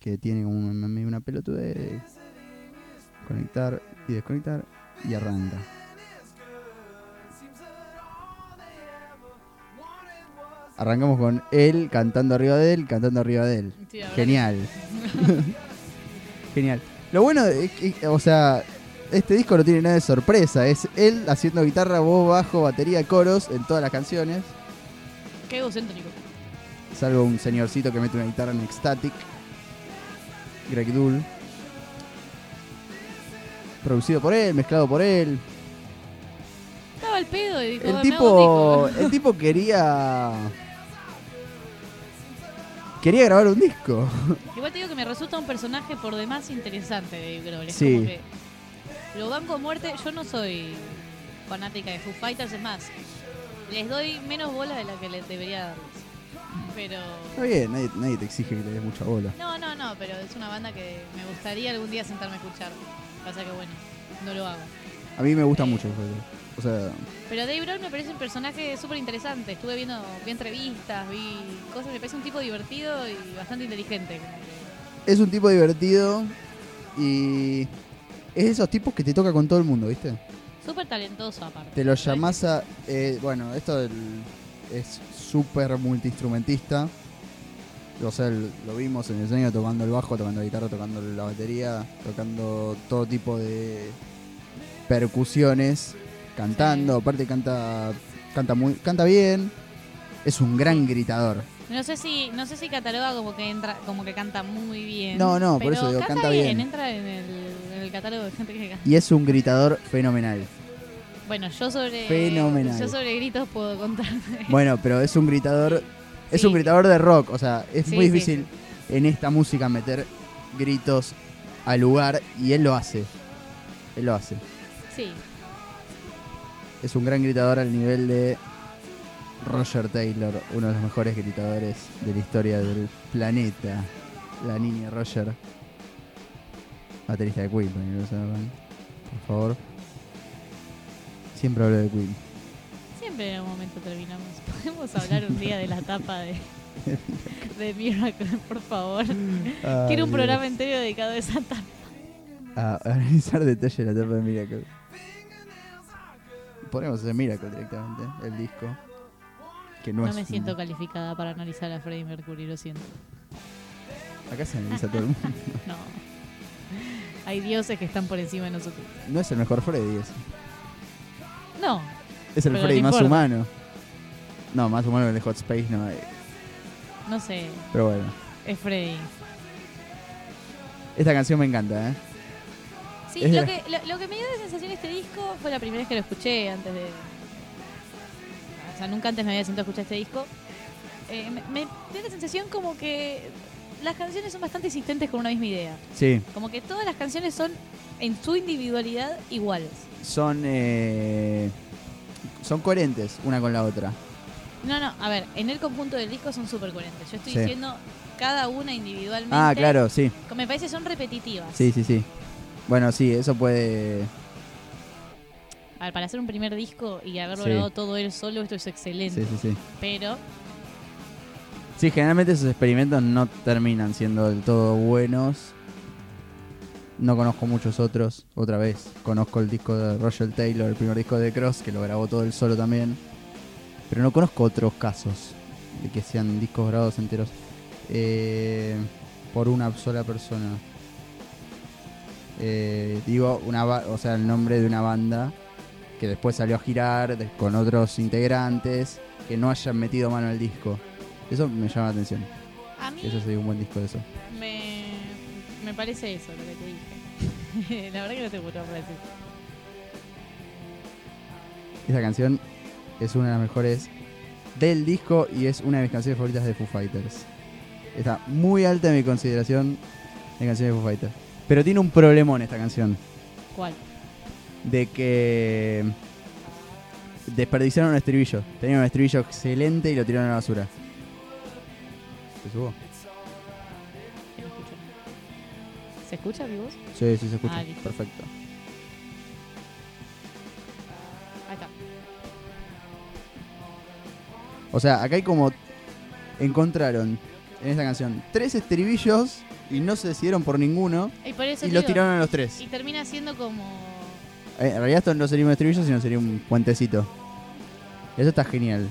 Speaker 1: Que tiene como una, medio una pelotuda de conectar y desconectar y arranca. Arrancamos con él cantando arriba de él, cantando arriba de él.
Speaker 3: Sí, la verdad
Speaker 1: Genial. [laughs] Genial. Lo bueno, es que- o sea, este disco no tiene nada de sorpresa. Es él haciendo guitarra, voz, bajo, batería, coros en todas las canciones.
Speaker 3: Qué egocéntrico.
Speaker 1: Salvo un señorcito que mete una guitarra en Ecstatic. Greg Dull. Producido por él, mezclado por él.
Speaker 3: Estaba al pedo y dijo, "Ah,
Speaker 1: El
Speaker 3: me hago
Speaker 1: tipo,
Speaker 3: un disco".
Speaker 1: el tipo quería... Quería grabar un disco.
Speaker 3: [laughs] Igual te digo que me resulta un personaje por demás interesante de Dave Grohl. Es
Speaker 1: Sí.
Speaker 3: como que lo banco a muerte. Yo no soy fanática de Foo Fighters, es más, les doy menos bola de la que les debería darles. Pero.
Speaker 1: Está bien, nadie, nadie te exige que le des mucha bola.
Speaker 3: No, no, no, pero es una banda que me gustaría algún día sentarme a escuchar. Pasa que bueno, no lo hago.
Speaker 1: A mí me gusta mucho. O sea,
Speaker 3: Pero Dave Grohl me parece un personaje súper interesante. Estuve viendo, vi entrevistas, vi cosas. Me parece un tipo divertido y bastante inteligente. como que-
Speaker 1: es un tipo divertido y es de esos tipos que te toca con todo el mundo, ¿viste?
Speaker 3: Súper talentoso aparte.
Speaker 1: Te lo
Speaker 3: Me parece
Speaker 1: llamás a... eh, bueno, esto del- es súper multiinstrumentista. O sea, el- lo vimos en el sueño tocando el bajo, tocando la guitarra, tocando la batería, tocando todo tipo de percusiones, cantando,
Speaker 3: Sí.
Speaker 1: aparte canta canta muy canta bien. Es un gran gritador.
Speaker 3: No sé si, no sé si cataloga como que entra, como que canta muy bien.
Speaker 1: No, no, por
Speaker 3: pero
Speaker 1: eso digo, canta
Speaker 3: bien.
Speaker 1: bien.
Speaker 3: Entra en el, en el catálogo de gente que canta.
Speaker 1: Y es un gritador fenomenal.
Speaker 3: Bueno, yo sobre
Speaker 1: Fenomenal.
Speaker 3: yo sobre gritos puedo contar.
Speaker 1: Bueno, pero es un gritador. Es
Speaker 3: Sí.
Speaker 1: un gritador de rock. O sea, es
Speaker 3: Sí,
Speaker 1: muy
Speaker 3: sí,
Speaker 1: difícil en esta música meter gritos al lugar. Y él lo hace. Él lo hace.
Speaker 3: [laughs] Sí,
Speaker 1: Es un gran gritador al nivel de Roger Taylor, uno de los mejores gritadores de la historia del planeta. La niña Roger. Baterista de Queen, para que lo sepan. Por favor. Siempre hablo de Queen.
Speaker 3: Siempre en un momento terminamos. Podemos hablar un día de la tapa de, de Miracle, por favor. Quiero un programa entero dedicado a esa tapa.
Speaker 1: A a analizar [laughs] detalles de la etapa de Miracle. Podríamos hacer Miracle directamente, el disco. Que no,
Speaker 3: No
Speaker 1: es
Speaker 3: me
Speaker 1: un-
Speaker 3: siento calificada para analizar a Freddie Mercury, lo siento.
Speaker 1: Acá se
Speaker 3: [laughs]
Speaker 1: analiza todo el mundo.
Speaker 3: No. Hay dioses que están por encima de nosotros.
Speaker 1: No es el mejor Freddy, es.
Speaker 3: No,
Speaker 1: Es el
Speaker 3: Pero no
Speaker 1: Freddy más
Speaker 3: importa.
Speaker 1: humano. No, más humano que el de Hot Space no hay.
Speaker 3: no sé.
Speaker 1: Pero bueno.
Speaker 3: Es Freddy.
Speaker 1: Esta canción me encanta, ¿eh?
Speaker 3: Sí,
Speaker 1: Es
Speaker 3: lo
Speaker 1: la-
Speaker 3: que, lo, lo que me dio de sensación este disco fue la primera vez que lo escuché antes de. O sea, nunca antes me había sentado a escuchar este disco. Eh, me, me dio la sensación como que las canciones son bastante insistentes con una misma idea.
Speaker 1: Sí.
Speaker 3: Como que todas las canciones son en su individualidad iguales.
Speaker 1: Son. eh, Son coherentes una con la otra.
Speaker 3: No, no, a ver, en el conjunto del disco son súper coherentes. Yo estoy
Speaker 1: Sí.
Speaker 3: diciendo cada una individualmente.
Speaker 1: Ah, claro, sí.
Speaker 3: como Me parece son repetitivas.
Speaker 1: Sí, sí, sí. Bueno, sí, eso puede.
Speaker 3: A ver, para hacer un primer disco y haber
Speaker 1: Sí.
Speaker 3: logrado todo él solo, esto es excelente.
Speaker 1: Sí, sí, sí.
Speaker 3: Pero
Speaker 1: Sí, generalmente esos experimentos no terminan siendo del todo buenos. No conozco muchos otros, otra vez. Conozco el disco de Roger Taylor, el primer disco de The Cross, que lo grabó todo él solo también. Pero no conozco otros casos de que sean discos grabados enteros eh, por una sola persona. Eh, digo, una ba- o sea, el nombre de una banda que después salió a girar de- con otros integrantes que no hayan metido mano al disco. Eso me llama la atención.
Speaker 3: a mí
Speaker 1: Eso sería un buen disco de eso.
Speaker 3: me, me parece eso lo que te dije. [laughs] La verdad que no te mucho para decir.
Speaker 1: Esta canción es una de las mejores del disco y es una de mis canciones favoritas de Foo Fighters. Está muy alta en mi consideración de canciones de Foo Fighters. Pero tiene un problemón esta canción.
Speaker 3: ¿Cuál?
Speaker 1: de que desperdiciaron un estribillo. Tenían un estribillo excelente y lo tiraron a la basura. ¿Se subo?
Speaker 3: Que no escucho. ¿Se escucha mi voz?
Speaker 1: Sí, sí, se escucha.
Speaker 3: Ah, listo.
Speaker 1: Perfecto.
Speaker 3: Ahí está.
Speaker 1: O sea, acá hay como... Encontraron en esta canción tres estribillos y no se decidieron por ninguno
Speaker 3: Y por eso
Speaker 1: y
Speaker 3: te
Speaker 1: los
Speaker 3: digo,
Speaker 1: tiraron a los tres.
Speaker 3: Y termina siendo como.
Speaker 1: Eh, En realidad esto no sería un estribillo, sino sería un puentecito. Eso está genial.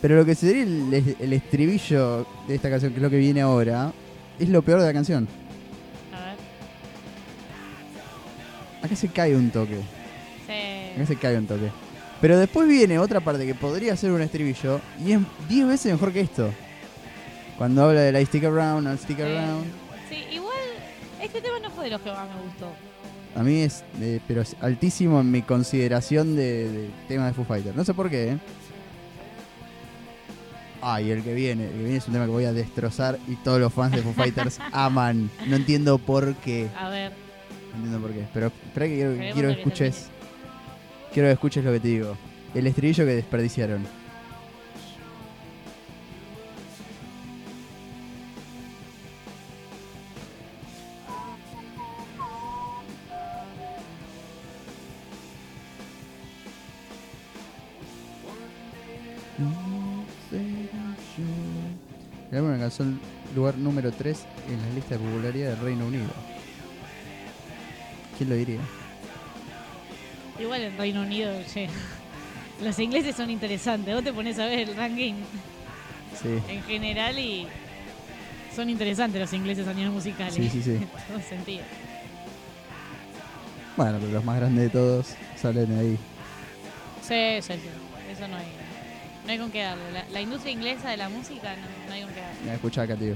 Speaker 1: Pero lo que sería el, el- el estribillo de esta canción, que es lo que viene ahora, es lo peor de la canción.
Speaker 3: A ver.
Speaker 1: Acá se cae un toque. Acá
Speaker 3: Sí.
Speaker 1: se cae un toque. Pero después viene otra parte que podría ser un estribillo y es 10 veces mejor que esto. Cuando habla de la stick around, I'll stick around.
Speaker 3: Sí, igual. Este tema no fue de los que más me gustó.
Speaker 1: A mí es, eh, pero es altísimo en mi consideración de, de tema de Foo Fighters. No sé por qué. ¿eh? Ah, y el que viene. El que viene es un tema que voy a destrozar y todos los fans de Foo Fighters aman. No entiendo por qué.
Speaker 3: A ver.
Speaker 1: No entiendo por qué. Pero espera que quiero,
Speaker 3: Esperemos
Speaker 1: quiero que
Speaker 3: a que
Speaker 1: escuches. Quiero que escuches lo que te digo. El estribillo que desperdiciaron. El álbum alcanzó el lugar número 3 en la lista de popularidad del Reino Unido. ¿Quién lo diría?
Speaker 3: Igual en Reino Unido, che. Los ingleses son interesantes. Vos te pones a ver el ranking
Speaker 1: Sí.
Speaker 3: en general y. Son interesantes los ingleses a nivel musical.
Speaker 1: Sí,
Speaker 3: ¿eh?
Speaker 1: sí, sí.
Speaker 3: [laughs] En todo sentido.
Speaker 1: Bueno, pero los más grandes de todos salen de ahí.
Speaker 3: Sí, sí, sí. Eso no hay. No hay con qué darle. La, la industria inglesa de la música no, no hay con qué darle.
Speaker 1: Me escuchá acá, tío.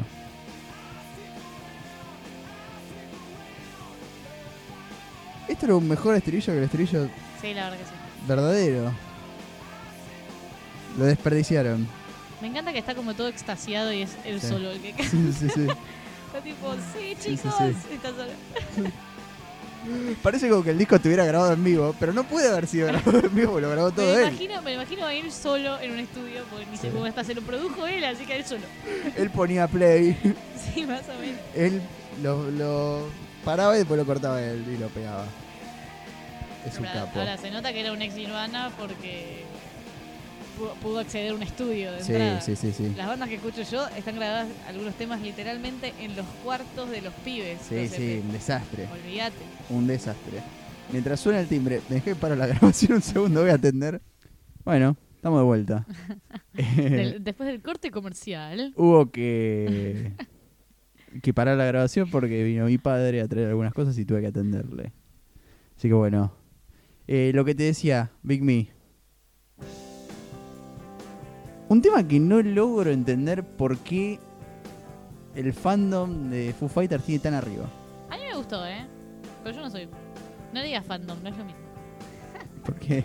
Speaker 1: Esto era un mejor estribillo que el estribillo
Speaker 3: Sí, la verdad que sí.
Speaker 1: verdadero. Lo desperdiciaron.
Speaker 3: Me encanta que está como todo extasiado y es él
Speaker 1: Sí.
Speaker 3: solo el que [laughs]
Speaker 1: Sí, sí, sí.
Speaker 3: canta. tipo,
Speaker 1: Sí,
Speaker 3: sí,
Speaker 1: sí,
Speaker 3: chicos.
Speaker 1: sí.
Speaker 3: Está solo.
Speaker 1: Parece como que el disco estuviera grabado en vivo, pero no puede haber sido grabado en vivo, porque lo grabó todo
Speaker 3: me,
Speaker 1: él.
Speaker 3: imagino, me imagino a él solo en un estudio, porque ni
Speaker 1: Sí.
Speaker 3: sé cómo hasta se lo produjo él, así que a él solo. [laughs]
Speaker 1: Él ponía play,
Speaker 3: Sí, más o menos.
Speaker 1: él lo, lo paraba y después lo cortaba él y lo pegaba. Es un
Speaker 3: Ahora-
Speaker 1: capo.
Speaker 3: Ahora se nota que era un ex Nirvana porque pudo, pudo acceder a un estudio de
Speaker 1: Sí,
Speaker 3: entrada.
Speaker 1: sí, sí, sí.
Speaker 3: Las bandas que escucho yo están grabadas algunos temas literalmente en los cuartos de los pibes. eh,
Speaker 1: Sí, sí, un desastre, [laughs]
Speaker 3: Olvídate.
Speaker 1: un desastre. Mientras suena el timbre, me dejé para la [laughs] grabación un segundo, voy a atender. Bueno, estamos de vuelta.
Speaker 3: [laughs] Del- después del corte comercial.
Speaker 1: [laughs] hubo que que parar la grabación porque vino mi padre a traer algunas cosas y tuve que atenderle. Así que bueno, Eh, lo que te decía, Big Me. Un tema que no logro entender por qué el fandom de Foo Fighters tiene tan arriba.
Speaker 3: A mí me gustó, ¿eh? Pero yo no soy. No digas fandom, no es lo mismo.
Speaker 1: ¿Por qué?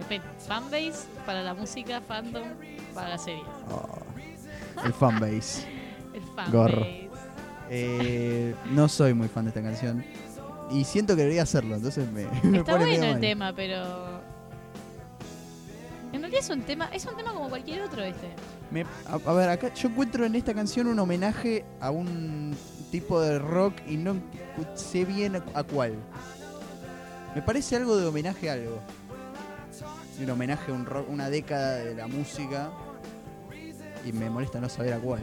Speaker 3: Porque pe- Fanbase para la música, fandom para la serie.
Speaker 1: Oh, el fanbase.
Speaker 3: El fanbase.
Speaker 1: Gorro. Eh, no soy muy fan de esta canción. Y siento que debería hacerlo, entonces me, [laughs] me
Speaker 3: Está
Speaker 1: pone
Speaker 3: bueno
Speaker 1: medio
Speaker 3: el
Speaker 1: mal.
Speaker 3: tema, pero. En realidad es un tema, es un tema como cualquier otro este.
Speaker 1: Me- a, a ver, acá yo encuentro en esta canción un homenaje a un tipo de rock y no encu- sé bien a, a cuál. Me parece algo de homenaje a algo. Un homenaje a un rock, una década de la música. Y me molesta no saber a cuál.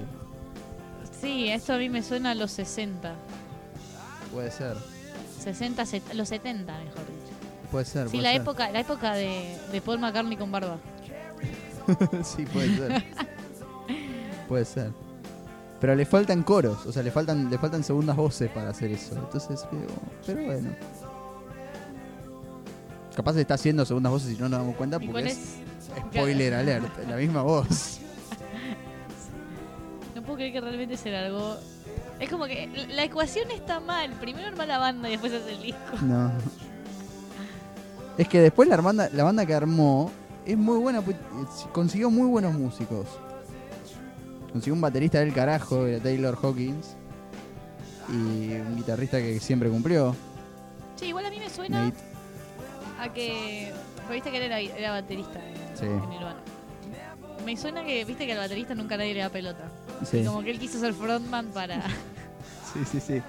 Speaker 3: Sí, esto a mí me suena a los 60.
Speaker 1: Puede ser,
Speaker 3: 60, set- los 70 mejor dicho.
Speaker 1: puede ser.
Speaker 3: Sí,
Speaker 1: puede
Speaker 3: la
Speaker 1: ser.
Speaker 3: época, la época de, de Paul McCartney con barba.
Speaker 1: [laughs] sí, puede ser. puede ser. Pero le faltan coros, o sea, le faltan, le faltan segundas voces para hacer eso. Entonces, digo, pero bueno. Capaz está haciendo segundas voces y no nos damos cuenta
Speaker 3: ¿Y
Speaker 1: porque
Speaker 3: cuál
Speaker 1: es,
Speaker 3: es?
Speaker 1: spoiler [laughs] alert, la misma voz.
Speaker 3: No puedo creer que realmente se largó. Es como que la ecuación está mal. Primero arma la banda y después hace el disco.
Speaker 1: No. Es que después la banda, la banda que armó es muy buena, pues, eh, consiguió muy buenos músicos. Consiguió un baterista del carajo, era Taylor Hawkins, y un guitarrista que siempre cumplió,
Speaker 3: Che, igual a mí me suena
Speaker 1: Nate.
Speaker 3: a que. porque Viste que él era, era baterista en,
Speaker 1: Sí.
Speaker 3: en Nirvana. Me suena que, viste que al baterista nunca nadie le da pelota. Y
Speaker 1: Sí.
Speaker 3: como que él quiso ser frontman para. [laughs]
Speaker 1: sí, sí, sí.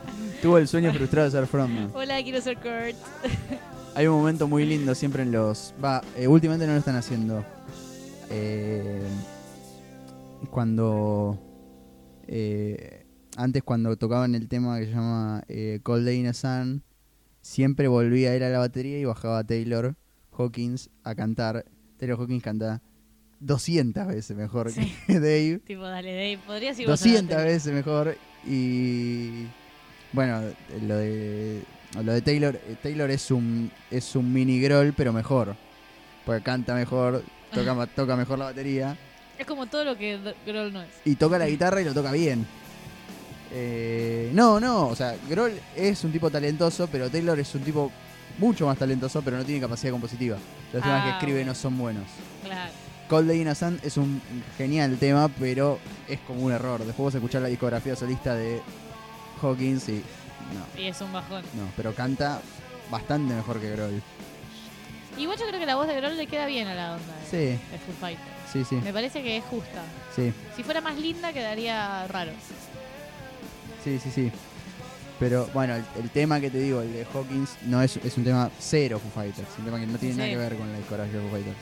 Speaker 1: Tuvo el sueño frustrado de ser frontman.
Speaker 3: Hola, quiero ser Kurt.
Speaker 1: Hay un momento muy lindo siempre en los. Va, eh, últimamente no lo están haciendo. Eh, cuando. eh, antes, cuando tocaban el tema que se llama eh, Cold Day in the Sun, siempre volvía él a la batería y bajaba Taylor Hawkins a cantar. Taylor Hawkins canta 200 veces mejor
Speaker 3: Sí.
Speaker 1: que [laughs] Dave.
Speaker 3: Tipo, dale, Dave, podrías ir vos a la
Speaker 1: 200
Speaker 3: batería.
Speaker 1: veces mejor. Y bueno, lo de, lo de Taylor, eh, Taylor es un, es un mini groll, pero mejor. Porque canta mejor, toca, ma- toca mejor la batería
Speaker 3: Es como todo lo que D- Grohl no es.
Speaker 1: y toca la guitarra y lo toca bien. Eh, no, no, o sea, Groll es un tipo talentoso, pero Taylor es un tipo mucho más talentoso, pero no tiene capacidad compositiva. Los temas que
Speaker 3: Ah,
Speaker 1: escribe
Speaker 3: ok.
Speaker 1: no son buenos.
Speaker 3: Claro.
Speaker 1: Cold Day in a Sand es un genial tema, pero es como un error. Después vos escuchás la discografía solista de Hawkins y. No,
Speaker 3: Y es un bajón.
Speaker 1: no, pero canta bastante mejor que Grohl.
Speaker 3: Igual yo creo que la voz de Grohl le queda bien a la onda de,
Speaker 1: Sí, Mm.
Speaker 3: de Foo Fighters.
Speaker 1: sí, sí,
Speaker 3: Me parece que es justa.
Speaker 1: sí,
Speaker 3: Si fuera más linda quedaría raro.
Speaker 1: sí, sí, sí. Pero bueno, el, el tema que te digo, el de Hawkins, no es, es un tema cero Foo Fighters. Un tema que no tiene
Speaker 3: Sí.
Speaker 1: nada que ver con la discografía de Foo Fighters.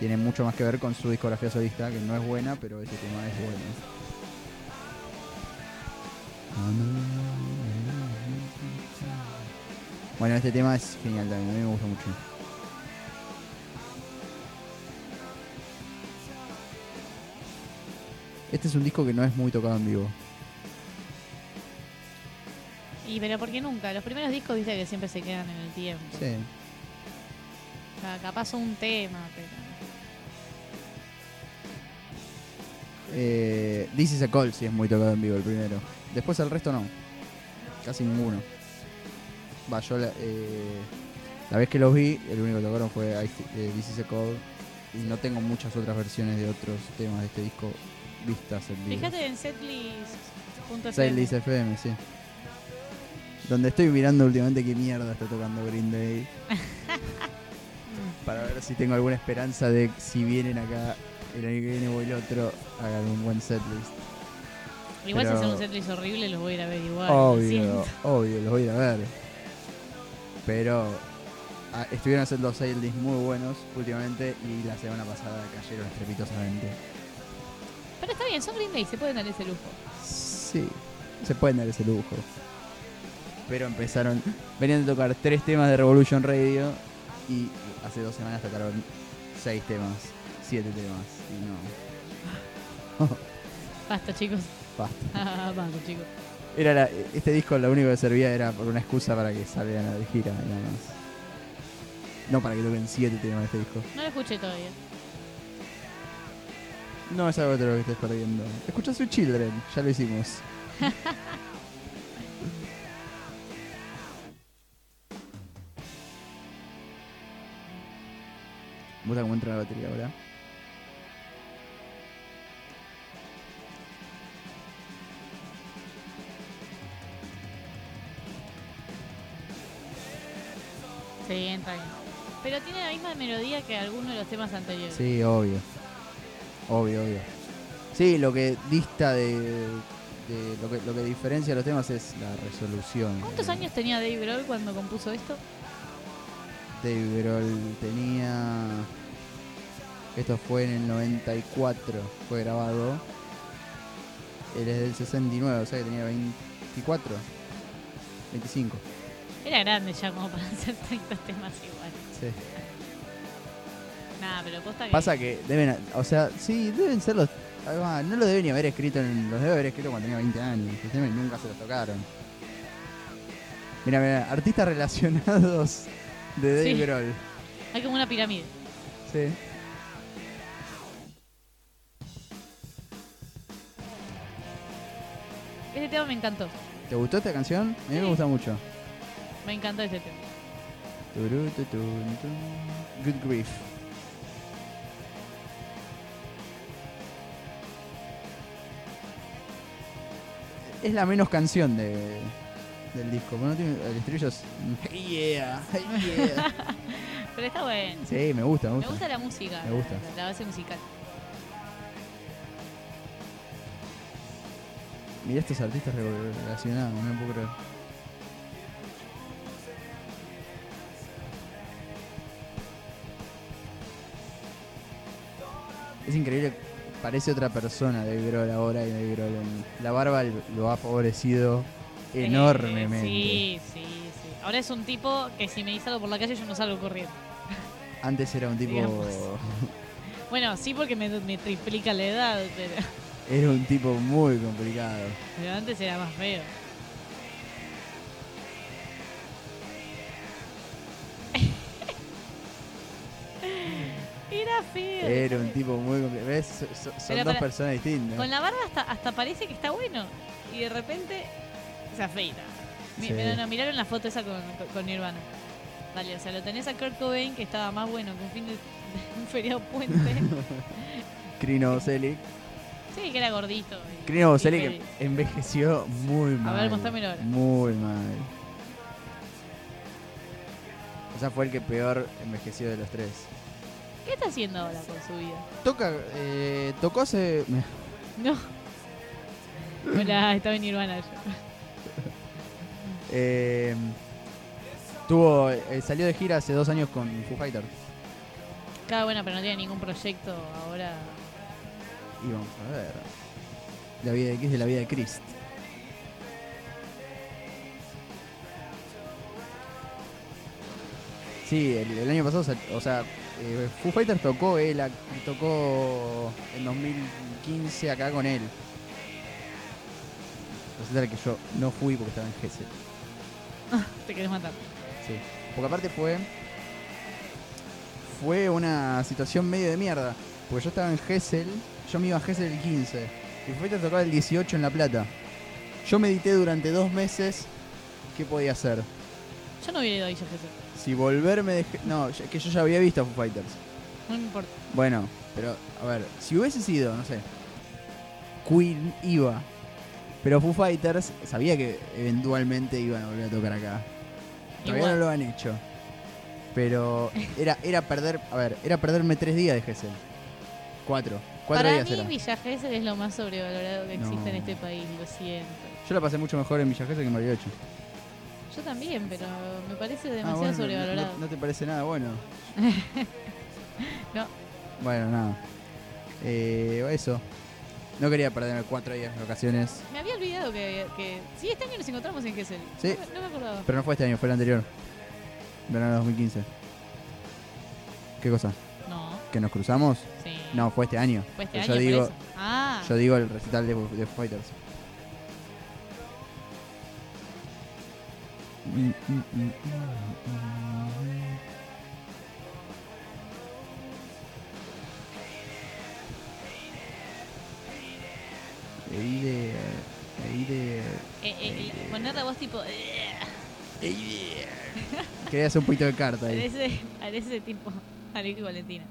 Speaker 1: Tiene mucho más que ver con su discografía solista, que no es buena, pero ese tema es bueno. Bueno, este tema es genial también, a mí me gusta mucho. Este es un disco que no es muy tocado en vivo.
Speaker 3: Y pero porque nunca. Los primeros discos viste que siempre se quedan en el tiempo.
Speaker 1: Sí.
Speaker 3: O sea, capaz un tema, pero.
Speaker 1: Eh, This is a Call sí es muy tocado en vivo el primero. Después el resto no. Casi ninguno. Va, yo la, eh, la vez que los vi, el único que tocaron fue I- eh, This is a Call. Y no tengo muchas otras versiones de otros temas de este disco vistas en vivo.
Speaker 3: Fíjate en setlist.fm.
Speaker 1: Setlist FM, sí. Donde estoy mirando últimamente qué mierda está tocando Green
Speaker 3: [laughs]
Speaker 1: Day. Para ver si tengo alguna esperanza de si vienen acá el año que viene o el otro, hagan un buen setlist.
Speaker 3: Igual si
Speaker 1: Pero-
Speaker 3: hacen un setlist horrible los voy a ir a ver igual. lo
Speaker 1: obvio,
Speaker 3: siento.
Speaker 1: obvio, los voy a ir a ver. Pero ah, estuvieron haciendo dos setlist muy buenos últimamente y la semana pasada cayeron estrepitosamente.
Speaker 3: Pero está bien, son Green Day, se pueden dar ese lujo.
Speaker 1: Sí, se pueden dar ese lujo. Pero empezaron, venían de tocar tres temas de Revolution Radio y hace dos semanas tocaron seis temas, siete temas. Y no,
Speaker 3: Basta, chicos. [laughs]
Speaker 1: basta.
Speaker 3: Ah, Basta, chicos.
Speaker 1: Era la- este disco lo único que servía era por una excusa para que salieran a la gira, y nada más. No para que toquen siete temas de este disco.
Speaker 3: No lo escuché todavía.
Speaker 1: No es algo de lo que estés perdiendo. Escucha su Children, ya lo [laughs] hicimos. Me gusta cómo entra la batería ahora.
Speaker 3: Sí, entra bien. Pero tiene la misma melodía que alguno de los temas anteriores.
Speaker 1: Sí, obvio. Obvio, obvio. Sí, lo que dista de. de- lo, que, lo que diferencia los temas es la resolución.
Speaker 3: ¿Cuántos años tenía Dave Grohl cuando compuso esto?
Speaker 1: David Grohl tenía. Esto fue en el 94, fue grabado. Él es del 69, o sea que tenía 24, 25.
Speaker 3: Era grande ya como [laughs] para hacer tantos temas igual. Nada, pero posta que...
Speaker 1: Pasa que deben, o sea, sí, deben ser los. ahí va, No lo deben ni haber escrito, en, los debe haber escrito cuando tenía 20 años. Los temas nunca se los tocaron. Mira, mira, artistas relacionados de Dave
Speaker 3: Sí.
Speaker 1: Grohl.
Speaker 3: Hay como una pirámide.
Speaker 1: Sí.
Speaker 3: Este tema me encantó.
Speaker 1: ¿Te gustó esta canción? A mí me
Speaker 3: Sí.
Speaker 1: gusta mucho.
Speaker 3: Me encantó este tema.
Speaker 1: Turu, tu, tun, tun. Good Grief. Es la menos canción de, del disco. porque no tiene- el estribillo es. [laughs] Yeah, yeah.
Speaker 3: Pero está bueno.
Speaker 1: sí, me gusta, me
Speaker 3: Me
Speaker 1: gusta.
Speaker 3: gusta la música.
Speaker 1: Me gusta.
Speaker 3: La, la base musical.
Speaker 1: Mirá estos artistas re- relacionados, no puedo creer. Es increíble, parece otra persona de Grohl ahora y de Grohl en- La barba l- lo ha favorecido
Speaker 3: Eh,
Speaker 1: enormemente.
Speaker 3: Sí, sí, sí. Ahora es un tipo que si me dice algo por la calle yo no salgo corriendo.
Speaker 1: Antes era un tipo.
Speaker 3: Digamos. Bueno, sí porque me, me triplica la edad, pero,
Speaker 1: [laughs] Era un tipo muy complicado.
Speaker 3: pero antes era más feo. [laughs] Era feo.
Speaker 1: Era un tipo muy complicado. ¿Ves? So- so- son
Speaker 3: Pero
Speaker 1: dos
Speaker 3: para-
Speaker 1: personas distintas.
Speaker 3: Con la barba hasta, hasta parece que está bueno. Y de repente se afeita. Mi-
Speaker 1: Sí.
Speaker 3: Pero no, miraron la foto esa con, con Nirvana. Dale, o sea, lo tenés a Kurt Cobain que estaba más bueno que un fin de [laughs] un feriado puente.
Speaker 1: [laughs] Crino Bocelli.
Speaker 3: sí, que era gordito. y-
Speaker 1: Crino Bocelli
Speaker 3: y
Speaker 1: que
Speaker 3: feliz.
Speaker 1: envejeció muy mal.
Speaker 3: mostrámelo ahora.
Speaker 1: Muy mal. O sea, fue el que peor envejeció de los tres.
Speaker 3: ¿Qué está haciendo ahora con su vida?
Speaker 1: Toca, eh, tocó hace...
Speaker 3: No. [laughs] Hola, estaba en Nirvana. yo.
Speaker 1: [laughs] eh, tuvo, eh, salió de gira hace dos años con Foo Fighters.
Speaker 3: Cada buena, pero no tiene ningún proyecto ahora.
Speaker 1: Y vamos a ver. La vida de Kiss de la vida de Christ. Sí, el, el año pasado, sal- o sea, eh, Foo Fighters tocó él, ac- tocó en 2015 acá con él. Resulta que yo no fui porque estaba en Gessel.
Speaker 3: Te querés matar.
Speaker 1: Sí. Porque aparte fue. Fue una situación medio de mierda. Porque yo estaba en Gessel, yo me iba a Gessel el 15. Y fue a tocar el 18 en La Plata. Yo medité durante dos meses qué podía hacer.
Speaker 3: Yo no hubiera ido a Villa Gesell.
Speaker 1: Si volverme de. Ge- No, ya- que yo ya había visto a Foo Fighters.
Speaker 3: No me importa.
Speaker 1: Bueno, pero a ver, si hubiese sido, no sé, Queen iba Pero Foo Fighters sabía que eventualmente iban a volver a tocar acá. Todavía
Speaker 3: Igual.
Speaker 1: no lo han hecho. Pero era, era perder, a ver, era perderme tres días de Gesell. Cuatro. Cuatro
Speaker 6: Para
Speaker 1: días
Speaker 6: mí,
Speaker 1: era.
Speaker 6: Villa Gesell es lo más sobrevalorado que existe
Speaker 1: No.
Speaker 6: en este país, lo siento.
Speaker 1: Yo la pasé mucho mejor en Villa Gesell que en Mariloche.
Speaker 6: Yo también, pero me parece
Speaker 1: Ah,
Speaker 6: demasiado
Speaker 1: bueno, no-
Speaker 6: sobrevalorado.
Speaker 1: No, no te parece nada bueno.
Speaker 6: [laughs] No.
Speaker 1: Bueno, nada. Eh, eso. No quería perderme cuatro días de vacaciones.
Speaker 6: Me había olvidado que, que. Sí, este año nos encontramos en Gesell.
Speaker 1: Sí.
Speaker 6: No, me- no me acordaba.
Speaker 1: Pero no fue este año, fue el anterior. Verano de 2015. ¿Qué cosa?
Speaker 6: No,
Speaker 1: ¿Que nos cruzamos?
Speaker 6: sí.
Speaker 1: No, fue este año.
Speaker 6: Fue este
Speaker 1: Yo
Speaker 6: año. por
Speaker 1: digo-
Speaker 6: eso. Ah,
Speaker 1: Yo digo el recital de, de Fighters. Eider, Eider,
Speaker 6: eh, eh, el- poner la voz tipo. eh,
Speaker 1: Eider. Quería hacer un poquito de carta ahí.
Speaker 6: parece, parece tipo. Alejo y Valentina.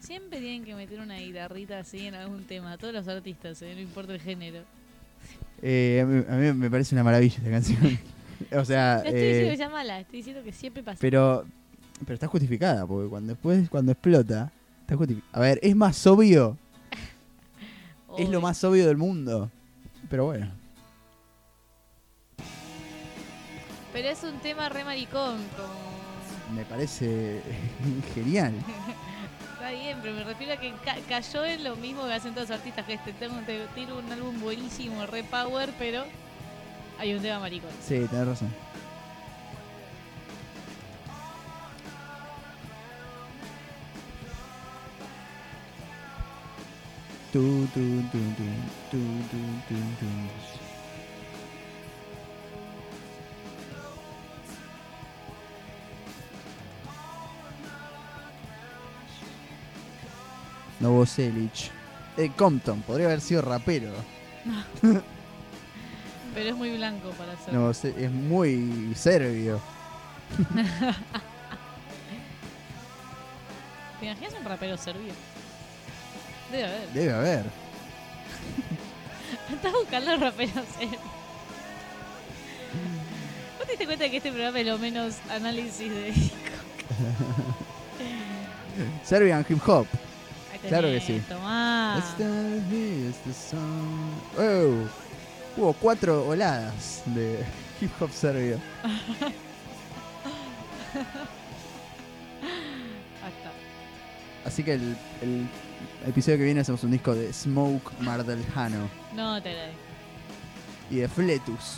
Speaker 3: Siempre tienen que meter una guitarrita así en algún tema, todos los artistas, ¿eh? no importa el género.
Speaker 1: Eh, a, mí, a mí me parece una maravilla esta canción. [laughs] o sea,
Speaker 6: No estoy diciendo
Speaker 1: eh,
Speaker 6: que sea mala, estoy diciendo que siempre pasa.
Speaker 1: Pero, pero está justificada, porque cuando después, cuando explota, está justificada. A ver, es más obvio, es
Speaker 3: Obvio.
Speaker 1: lo más obvio del mundo. Pero bueno.
Speaker 6: Pero es un tema re maricón, como.
Speaker 1: Me parece [laughs] genial.
Speaker 6: Está bien, pero me refiero a que ca- cayó en lo mismo que hacen todos los artistas, que este tengo, te tiro un álbum buenísimo, re power, pero hay un tema maricón.
Speaker 1: Sí, tenés razón. Tu, tu, tu, tu, tu, tu, tu, tu. Novoselic. Ed Compton, podría haber sido rapero.
Speaker 3: Pero es muy blanco para hacer.
Speaker 1: No, se- es muy serbio.
Speaker 3: ¿Te imaginas un rapero serbio? Debe haber.
Speaker 1: Debe haber.
Speaker 3: [laughs] Estás buscando raperos serbios. ¿Vos te diste cuenta que este programa es lo menos análisis de
Speaker 1: Serbian hip hop.
Speaker 3: Acá
Speaker 1: Claro
Speaker 3: tenés,
Speaker 1: que sí. Este-
Speaker 3: Tomá.
Speaker 1: Let's dance, here's the song. Oh, hubo cuatro oladas de [laughs] hip hop serbio.
Speaker 3: Ahí está.
Speaker 1: Así que el, el episodio que viene hacemos un disco de Smoke Mardeljano
Speaker 3: No te la dejo.
Speaker 1: y de Fletus.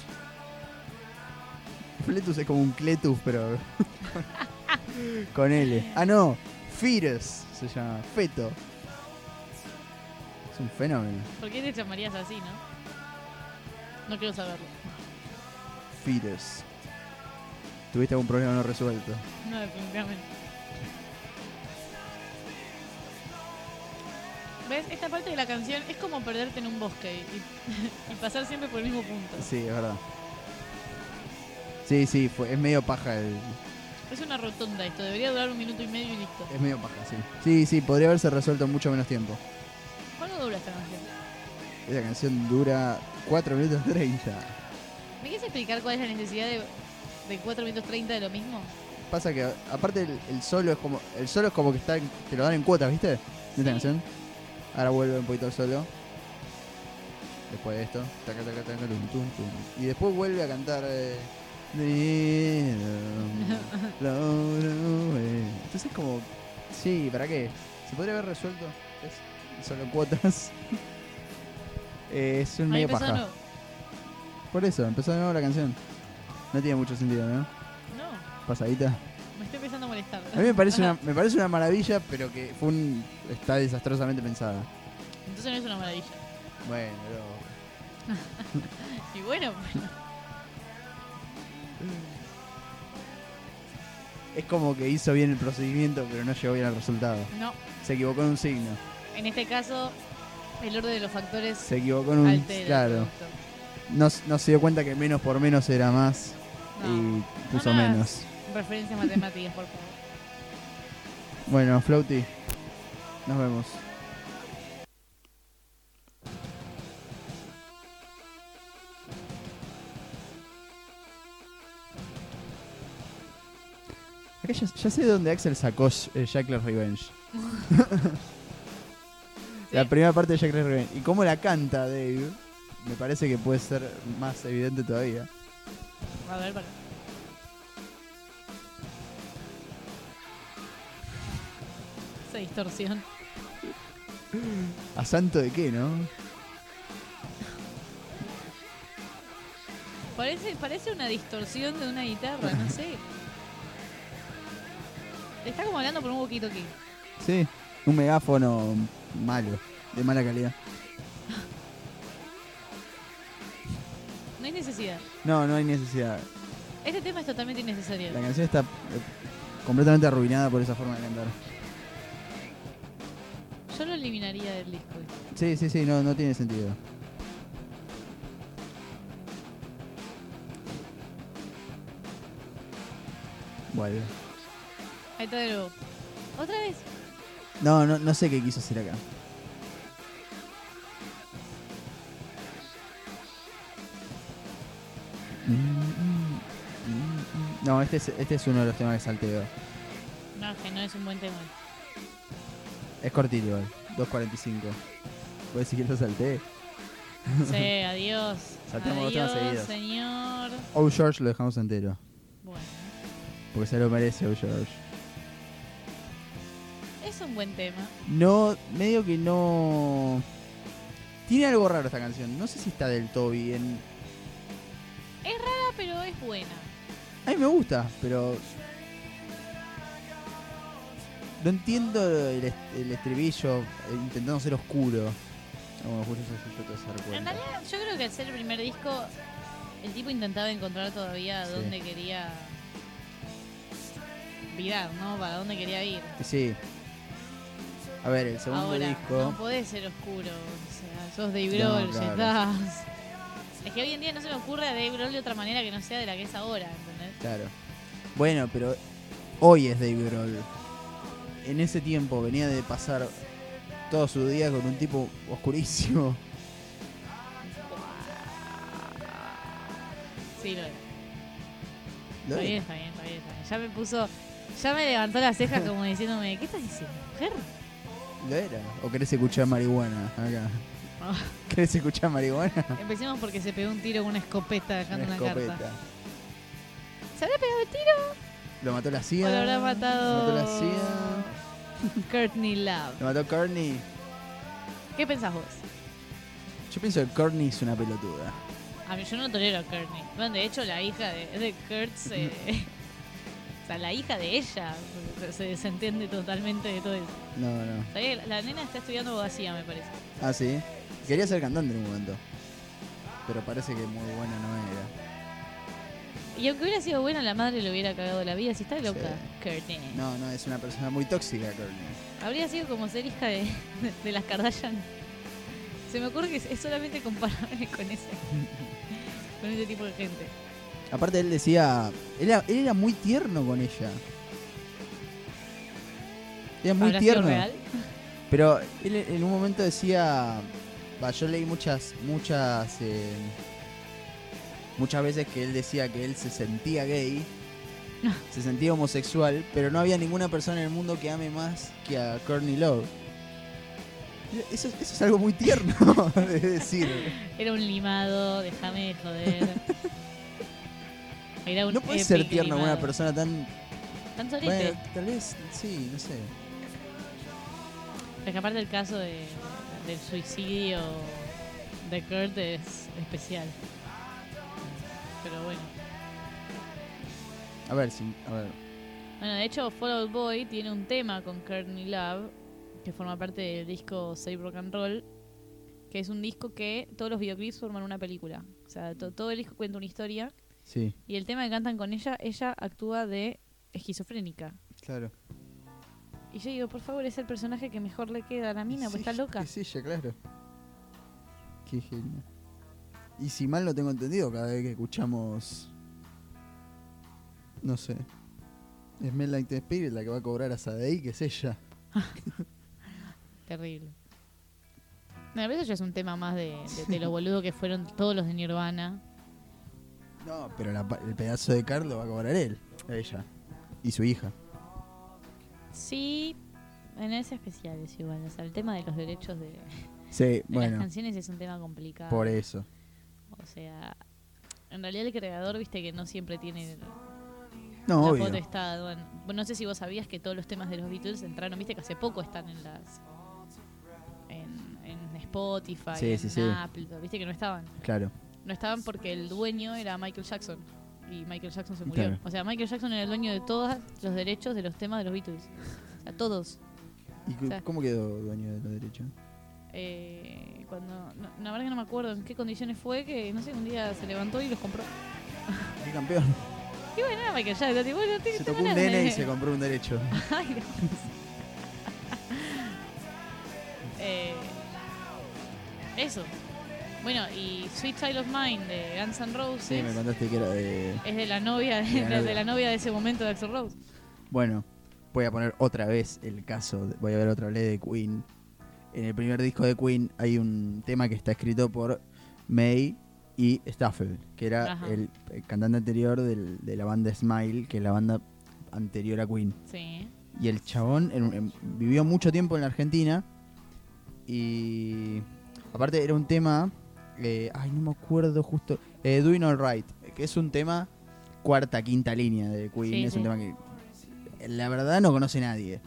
Speaker 1: Fletus es como un Cletus, pero [laughs] con L. Ah, no, Fires se llama, Feto. Es un fenómeno.
Speaker 3: ¿Por qué te llamarías así, no? No quiero saberlo. [laughs]
Speaker 1: Fires. ¿Tuviste algún problema no resuelto?
Speaker 3: No, definitivamente. ¿Ves? Esta parte de la canción es como perderte en un bosque y, [laughs] y pasar siempre por el mismo punto.
Speaker 1: Sí, es verdad. Sí, sí, fue, es medio paja el-
Speaker 3: Es una rotonda esto, debería durar un minuto y medio y listo.
Speaker 1: Es medio paja, sí. Sí, sí, podría haberse resuelto en mucho menos tiempo.
Speaker 3: ¿Cuánto dura esta canción?
Speaker 1: Esa canción dura 4 minutos 30.
Speaker 3: ¿Me quieres explicar cuál es la necesidad de, de 4 minutos 30 de lo mismo?
Speaker 1: Pasa que aparte el, el solo es como. El solo es como que está en- te lo dan en cuotas, ¿viste? De esta canción. Ahora vuelve un poquito al solo. Después de esto. Taca, taca, taca, tum, tum, tum. Y después vuelve a cantar. eh, eh. Entonces es como. Sí, ¿para qué? ¿Se podría haber resuelto? Es solo en cuotas. [laughs] Eh, es un
Speaker 3: Ahí
Speaker 1: medio
Speaker 3: empezó
Speaker 1: paja.
Speaker 3: no.
Speaker 1: Por eso, empezó de nuevo la canción. No tiene mucho sentido, ¿no?
Speaker 3: No,
Speaker 1: Pasadita.
Speaker 3: me estoy empezando a molestar.
Speaker 1: A mí me parece, una, me parece una maravilla, pero que fue un, está desastrosamente pensada.
Speaker 3: Entonces no es una maravilla.
Speaker 1: Bueno, pero-
Speaker 3: Y bueno, [laughs]
Speaker 1: es como que hizo bien el procedimiento, pero no llegó bien al resultado.
Speaker 3: no.
Speaker 1: Se equivocó en un signo,
Speaker 3: En este caso, el orden de los factores
Speaker 1: se equivocó en un...
Speaker 3: altera.
Speaker 1: Claro,
Speaker 3: el producto.
Speaker 1: no, s- no se dio cuenta que menos por menos era más
Speaker 3: No.
Speaker 1: y puso
Speaker 3: No, no.
Speaker 1: menos.
Speaker 3: Referencias matemáticas, por favor.
Speaker 1: Bueno, Flauti, nos vemos. Acá ya, ya sé de dónde Axel sacó eh, Jacqueline Revenge. La primera parte de Jacqueline Revenge. Y cómo la canta Dave, me parece que puede ser más evidente todavía.
Speaker 3: A ver, para. Esa distorsión.
Speaker 1: ¿A santo de qué, no?
Speaker 3: Parece, parece una distorsión de una guitarra, no sé. Está como hablando por un poquito aquí.
Speaker 1: Sí, un megáfono malo, de mala calidad.
Speaker 3: No hay necesidad.
Speaker 1: No, no hay necesidad.
Speaker 3: Este tema es totalmente innecesario.
Speaker 1: La canción está eh, completamente arruinada por esa forma de cantar.
Speaker 3: Yo lo eliminaría del disco.
Speaker 1: Sí, sí, sí, no, no tiene sentido. Bueno.
Speaker 3: Ahí está de nuevo. Otra vez.
Speaker 1: No, no, no sé qué quiso hacer acá. No, este es, este es uno de los temas que salteo.
Speaker 3: No, que no es un buen tema.
Speaker 1: Es cortito igual, 2.45. Puedes decir que lo salté.
Speaker 3: Sí, adiós.
Speaker 1: Saltamos dos temas
Speaker 3: adiós,
Speaker 1: seguidos.
Speaker 3: señor.
Speaker 1: Oh George lo dejamos entero.
Speaker 3: Bueno,
Speaker 1: Porque se lo merece Oh George.
Speaker 3: es un buen tema.
Speaker 1: No, medio que no. Tiene algo raro esta canción. No sé si está del todo bien.
Speaker 3: Ah, pero es buena.
Speaker 1: A mí me gusta, pero. No entiendo el, est- el estribillo eh, intentando ser oscuro. No, Bueno, justo eso sí yo te vas a dar
Speaker 3: En
Speaker 1: cuenta.
Speaker 3: realidad, yo creo que al ser el primer disco, el tipo intentaba encontrar todavía
Speaker 1: Sí.
Speaker 3: dónde quería virar, ¿no? Para dónde quería ir.
Speaker 1: Sí. A ver, el segundo
Speaker 3: Ahora,
Speaker 1: disco.
Speaker 3: no podés ser oscuro. O sea, sos Dave
Speaker 1: No,
Speaker 3: Grohl, ya
Speaker 1: claro.
Speaker 3: estás. Es que hoy en día no se me ocurre a Dave Grohl de otra manera que no sea de la que es ahora, ¿entendés?
Speaker 1: Claro. Bueno, pero hoy es Dave Grohl. En ese tiempo venía de pasar todo su día con un tipo
Speaker 3: [laughs]
Speaker 1: oscurísimo.
Speaker 3: Sí, lo es.
Speaker 1: Lo
Speaker 3: Está bien,
Speaker 1: es.
Speaker 3: está bien, está bien, está bien. Ya me puso. Ya me levantó las cejas como diciéndome, ¿qué estás diciendo,
Speaker 1: [laughs]
Speaker 3: mujer?
Speaker 1: ¿Lo era? ¿O querés escuchar marihuana acá?
Speaker 3: Ah.
Speaker 1: [laughs] ¿Querés escuchar
Speaker 3: [laughs]
Speaker 1: marihuana?
Speaker 3: Empecemos porque se pegó un tiro con una escopeta dejando una, carta. ¿Se habrá pegado el tiro?
Speaker 1: Lo mató la
Speaker 3: ¿O
Speaker 1: CIA.
Speaker 3: lo habrá
Speaker 1: Lo mató la
Speaker 3: matado
Speaker 1: CIA.
Speaker 3: Courtney Love?
Speaker 1: Lo mató Courtney.
Speaker 3: ¿Qué pensás vos?
Speaker 1: Yo pienso que Courtney es una pelotuda.
Speaker 3: A mí yo no tolero a Courtney. Bueno, de hecho, la hija de, de Kurt se... [laughs] o sea, la hija de ella se- se desentiende totalmente de todo eso.
Speaker 1: No, no.
Speaker 3: ¿Sabés que La la nena está estudiando abogacía, me parece.
Speaker 1: Ah, sí. Quería ser cantante en un momento. Pero parece que muy buena no era.
Speaker 3: Y aunque hubiera sido buena, la madre le hubiera cagado la vida. Si está loca, Courtney.
Speaker 1: No, no, es una persona muy tóxica, Courtney.
Speaker 3: Habría sido como ser hija de, de las Kardashian. Se me ocurre que es es solamente comparable [laughs] con ese, con ese tipo de gente.
Speaker 1: Aparte, él decía. Él era, él era muy tierno con ella. Era muy
Speaker 3: ¿Habrá sido
Speaker 1: tierno.
Speaker 3: real?
Speaker 1: Pero él en un momento decía. va, yo leí muchas, muchas. eh, muchas veces que él decía que él se sentía
Speaker 3: [laughs]
Speaker 1: gay. Se sentía homosexual, pero no había ninguna persona en el mundo que ame más que a Courtney Love. Eso, eso es algo muy tierno [laughs] de decir.
Speaker 3: Era un limado, déjame de joder. Era un
Speaker 1: No puede
Speaker 3: epic
Speaker 1: ser tierno con
Speaker 3: limado.
Speaker 1: una persona tan.
Speaker 3: Tan solete.
Speaker 1: Bueno, tal vez, sí, no sé.
Speaker 3: Porque aparte el caso de, del suicidio de Kurt es especial. Pero bueno.
Speaker 1: A ver, sí, a ver.
Speaker 3: Bueno, de hecho, Fall Out Boy tiene un tema con Courtney Love, que forma parte del disco Save Rock and Roll, que es un disco que todos los videoclips forman una película. O sea, to- todo el disco cuenta una historia.
Speaker 1: Sí,
Speaker 3: Y el tema que cantan con ella, ella actúa de esquizofrénica.
Speaker 1: claro.
Speaker 3: Y yo digo, por favor, es el personaje que mejor le queda a la mina, pues está loca.
Speaker 1: Es ella, claro. Qué genio. Y si mal no tengo entendido, cada vez que escuchamos. No sé. Smell Like Teen Spirit, la que va a cobrar a Sadei, que es ella.
Speaker 3: Terrible. No, a veces ya es un tema más de, de, de lo boludo que fueron todos los de Nirvana.
Speaker 1: No, pero la pa- el pedazo de Carl lo va a cobrar él, a ella. Y su hija.
Speaker 3: Sí, en ese especial es igual. O sea, el tema de los derechos de, de
Speaker 1: Sí,
Speaker 3: las
Speaker 1: bueno,
Speaker 3: canciones es un tema complicado.
Speaker 1: por e- eso.
Speaker 3: O sea, en realidad el creador, viste que no siempre tiene
Speaker 1: No,
Speaker 3: la
Speaker 1: obvio.
Speaker 3: potestad. Bueno, vos no sé si vos sabías que todos los temas de los Beatles entraron, viste que hace poco están en las. en, en Spotify,
Speaker 1: Sí,
Speaker 3: en
Speaker 1: sí, sí.
Speaker 3: Apple, viste que no estaban.
Speaker 1: Claro.
Speaker 3: No estaban porque el dueño era Michael Jackson. Y Michael Jackson se murió.
Speaker 1: Claro.
Speaker 3: O sea, Michael Jackson era el dueño de todos los derechos de los temas de los Beatles. O sea, todos.
Speaker 1: ¿Y cu-
Speaker 3: O sea-
Speaker 1: cómo quedó dueño de los derechos?
Speaker 3: Eh, cuando. No, la verdad que no me acuerdo en qué condiciones fue que, no sé, un día se levantó y los compró.
Speaker 1: ¿Qué campeón?
Speaker 3: Y bueno, era Michael Jackson. tipo, no tiene
Speaker 1: Se tocó un
Speaker 3: nada.
Speaker 1: DN y se compró un derecho.
Speaker 3: [laughs] Ay, no. [laughs] Eh, eso. Bueno, y Sweet Child of Mine de Guns N' Roses
Speaker 1: Sí, me contaste que era de...
Speaker 3: es de la novia de,
Speaker 1: De la
Speaker 3: de- de
Speaker 1: novia.
Speaker 3: la novia de ese momento de Axl Rose.
Speaker 1: Bueno, voy a poner otra vez el caso, de- voy a ver otra ley de Queen. En el primer disco de Queen hay un tema que está escrito por May y Staffel, que era
Speaker 3: Ajá.
Speaker 1: el eh, cantante anterior del- de la banda Smile, que es la banda anterior a Queen.
Speaker 3: Sí.
Speaker 1: Y el chabón en un- en- vivió mucho tiempo en la Argentina. Y aparte era un tema, eh, ay no me acuerdo justo, eh, Doing All Right, que es un tema cuarta, quinta línea de Queen.
Speaker 3: Sí,
Speaker 1: es un
Speaker 3: sí.
Speaker 1: tema que eh, la verdad no conoce nadie.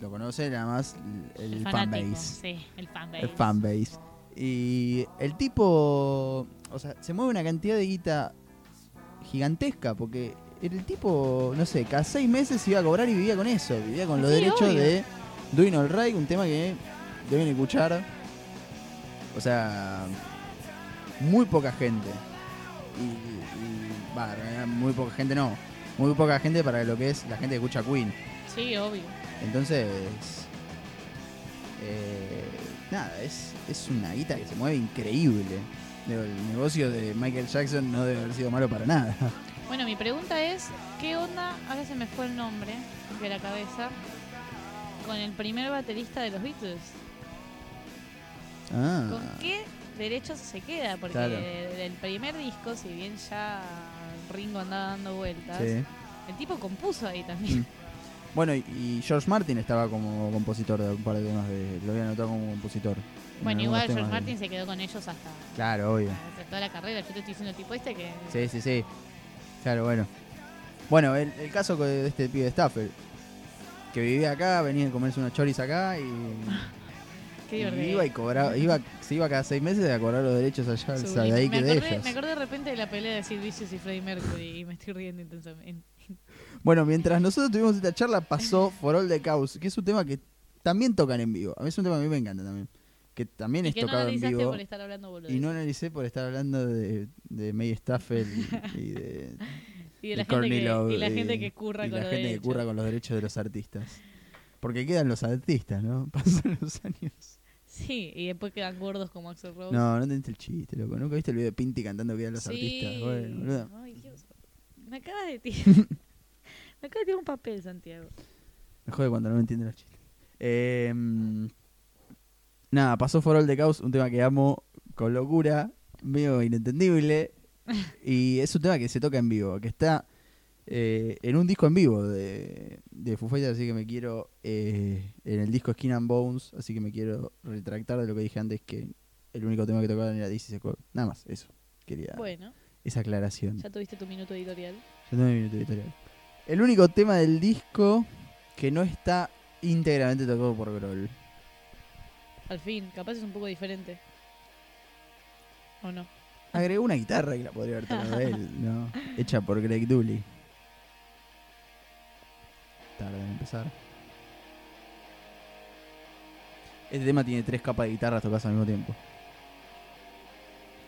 Speaker 1: Lo conoce nada más el, el
Speaker 3: fanático,
Speaker 1: fanbase.
Speaker 3: Sí, el fanbase.
Speaker 1: El fanbase. Y el tipo, o sea, se mueve una cantidad de guita gigantesca porque el tipo, no sé, cada seis meses iba a cobrar y vivía con eso, vivía con los
Speaker 3: Sí,
Speaker 1: derechos
Speaker 3: obvio.
Speaker 1: de Doing All Right, un tema que deben escuchar, o sea, muy poca gente. Y, y- va, en realidad muy poca gente no, muy poca gente para lo que es la gente que escucha Queen.
Speaker 3: Sí, obvio.
Speaker 1: Entonces, eh, nada, es, es una guita que se mueve increíble. Digo, El negocio de Michael Jackson no debe haber sido malo para nada. [laughs]
Speaker 3: Bueno, mi pregunta es, ¿qué onda? Ahora se me fue el nombre de la cabeza con el primer baterista de los Beatles.
Speaker 1: Ah,
Speaker 3: ¿Con qué derechos se queda? Porque
Speaker 1: Claro.
Speaker 3: del primer disco, si bien ya Ringo andaba dando vueltas,
Speaker 1: sí. Mm,
Speaker 3: el tipo compuso ahí [laughs] también.
Speaker 1: Bueno, y- y George Martin estaba como compositor de un par de temas, de, lo había anotado como compositor. en
Speaker 3: bueno,
Speaker 1: algunos
Speaker 3: igual
Speaker 1: temas
Speaker 3: George
Speaker 1: de-
Speaker 3: Martin se quedó con ellos hasta,
Speaker 1: Claro, obvio.
Speaker 3: hasta toda la carrera. Yo te estoy diciendo tipo este que...
Speaker 1: Sí, sí, sí. Claro, bueno. Bueno, el, el caso co- de este pibe de Staffel, que vivía acá, venía a comerse unos choris acá y
Speaker 3: Qué
Speaker 1: Y
Speaker 3: divertido.
Speaker 1: iba y cobraba, iba, se iba cada seis meses a cobrar los derechos allá, al
Speaker 3: Subí.
Speaker 1: Sadaic
Speaker 3: me,
Speaker 1: de
Speaker 3: acordé,
Speaker 1: ellos.
Speaker 3: me acordé de repente de la pelea de Sid Vicious y Freddie Mercury y me estoy riendo intensamente.
Speaker 1: Bueno, mientras nosotros tuvimos esta
Speaker 3: [laughs]
Speaker 1: charla, pasó For All the Cows, que es un tema que también tocan en vivo. A mí es un tema que a mí me encanta también. Que también
Speaker 3: Y
Speaker 1: es
Speaker 3: que no
Speaker 1: tocado en
Speaker 3: analizaste
Speaker 1: vivo.
Speaker 3: por estar hablando boludo.
Speaker 1: Y no analicé por estar hablando de, de May Staffel y, y de,
Speaker 3: [laughs] y de la,
Speaker 1: de Courtney
Speaker 3: gente que,
Speaker 1: Love,
Speaker 3: y la gente
Speaker 1: y-
Speaker 3: que curra
Speaker 1: y
Speaker 3: con
Speaker 1: la
Speaker 3: los
Speaker 1: gente
Speaker 3: derechos.
Speaker 1: que curra con los derechos de los artistas. Porque quedan los artistas, ¿no? [laughs] Pasan los años.
Speaker 3: Sí, y después quedan gordos como Axel Rose.
Speaker 1: No, no entendiste el chiste, loco. Nunca viste el video de Pinti cantando quedan los artistas. Bueno, boludo.
Speaker 3: Ay, Dios. Me acabas de
Speaker 1: [laughs]
Speaker 3: tirar. me acabas de tirar un papel, Santiago.
Speaker 1: Me jode cuando no me entiende los chistes. Eh, mm, nada, pasó For All the Cows, un tema que amo con locura, medio inentendible. y es un tema que se toca en vivo, que está eh, en un disco en vivo de, de Foo Fighters, así que me quiero. eh, en el disco Skin and Bones, así que me quiero retractar de lo que dije antes, que el único tema que tocaban era DC Squad. Nada más, eso. Quería
Speaker 3: Bueno,
Speaker 1: esa aclaración.
Speaker 3: ya tuviste tu minuto editorial.
Speaker 1: Yo tengo mi minuto editorial. El único tema del disco que no está íntegramente tocado por Grohl.
Speaker 3: Al fin, capaz es un poco diferente. ¿O no?
Speaker 1: Agregó una guitarra que la podría haber tocado él,
Speaker 3: [laughs]
Speaker 1: ¿no? Hecha por Greg Dooley. Tarde en empezar. Este tema tiene tres capas de guitarras tocadas al mismo tiempo.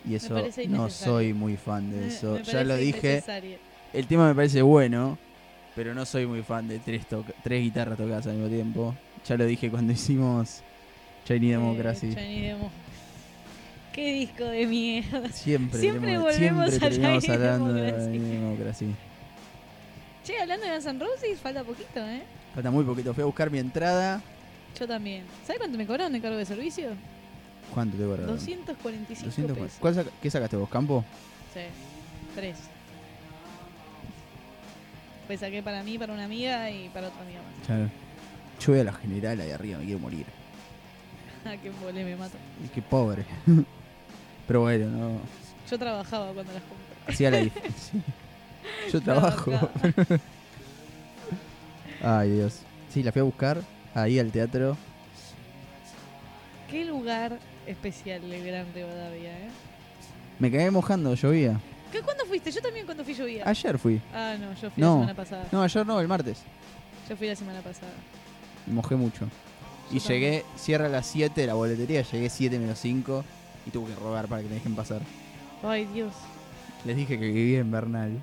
Speaker 1: Y eso
Speaker 3: parece
Speaker 1: no
Speaker 3: innecesario.
Speaker 1: soy muy fan de
Speaker 3: Me-
Speaker 1: eso.
Speaker 3: me
Speaker 1: Ya lo
Speaker 3: parece
Speaker 1: dije.
Speaker 3: innecesario.
Speaker 1: El tema me parece bueno, pero no soy muy fan de tres, toca- tres guitarras tocadas al mismo tiempo. Ya lo dije cuando [laughs] hicimos Chinese Democracy.
Speaker 3: Eh, Johnny Demo- Qué disco de mierda.
Speaker 1: Siempre,
Speaker 3: Siempre
Speaker 1: tenemos-
Speaker 3: volvemos
Speaker 1: siempre
Speaker 3: a
Speaker 1: terminamos
Speaker 3: Chinese
Speaker 1: hablando de
Speaker 3: Democracy.
Speaker 1: Chinese Democracy.
Speaker 3: Che, hablando de Guns N' Roses, falta poquito, ¿eh?
Speaker 1: Falta muy poquito. Fui a buscar mi entrada.
Speaker 3: Yo también. ¿Sabes cuánto me cobraron de cargo de servicio?
Speaker 1: ¿Cuánto te cobraron?
Speaker 3: 245
Speaker 1: 200
Speaker 3: pesos.
Speaker 1: ¿Cuál saca- ¿Qué sacaste vos, Campo?
Speaker 3: Sí, tres. Pues saqué para mí, para una amiga y para otra amiga más. [laughs]
Speaker 1: Yo voy a la general ahí arriba, me quiero morir.
Speaker 3: Ah, qué mole, me mato.
Speaker 1: Y qué pobre. [laughs] Pero bueno, no.
Speaker 3: Yo trabajaba cuando las compré.
Speaker 1: Hacía la [laughs] diferencia. Yo trabajo.
Speaker 3: Trabajaba.
Speaker 1: [laughs] Ay, Dios. Sí, la fui a buscar ahí al teatro.
Speaker 3: Qué lugar especial el Gran Rivadavia, ¿eh?
Speaker 1: Me cagué mojando, llovía.
Speaker 3: ¿Qué- ¿Cuándo fuiste? Yo también cuando fui llovía.
Speaker 1: Ayer fui.
Speaker 3: Ah, no, yo fui
Speaker 1: No.
Speaker 3: la semana pasada.
Speaker 1: No, ayer no, el martes.
Speaker 3: Yo fui la semana pasada.
Speaker 1: Mojé mucho.
Speaker 3: Yo
Speaker 1: Y llegué, cierra a las 7 de la boletería, llegué 7 menos 5 y tuve que rogar para que me dejen pasar.
Speaker 3: Ay, Dios.
Speaker 1: Les dije que vivía en Bernal.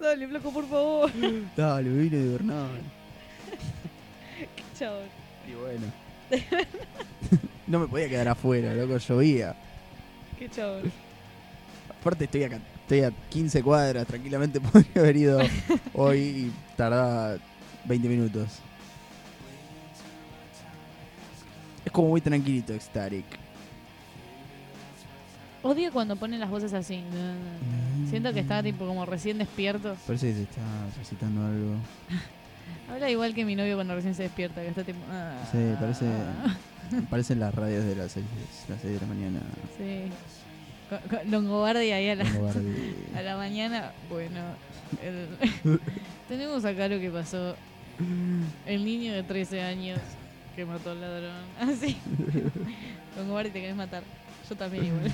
Speaker 3: Dale, flaco, por favor. [laughs]
Speaker 1: Dale, vine de Bernal.
Speaker 3: Chao.
Speaker 1: Y bueno. no me podía quedar afuera, loco, llovía.
Speaker 3: Qué chao.
Speaker 1: Aparte estoy acá, estoy a 15 cuadras, tranquilamente [laughs] podría haber ido hoy y tardaba 20 minutos. Es como muy tranquilito Ecstatic.
Speaker 3: Odio cuando ponen las voces así. Siento que está tipo como recién despierto.
Speaker 1: Parece que se está recitando algo.
Speaker 3: Habla igual que mi novio cuando recién se despierta, que está tipo. ah.
Speaker 1: Sí, parece- Parecen las radios de las 6, las seis de la mañana.
Speaker 3: Sí. Con- con Longobardi ahí a la,
Speaker 1: Longobardi.
Speaker 3: a la mañana. Bueno, el-
Speaker 1: [laughs]
Speaker 3: tenemos acá lo que pasó. El niño de 13 años que mató al ladrón. [laughs] Así. Longobardi te querés matar. Yo también igual.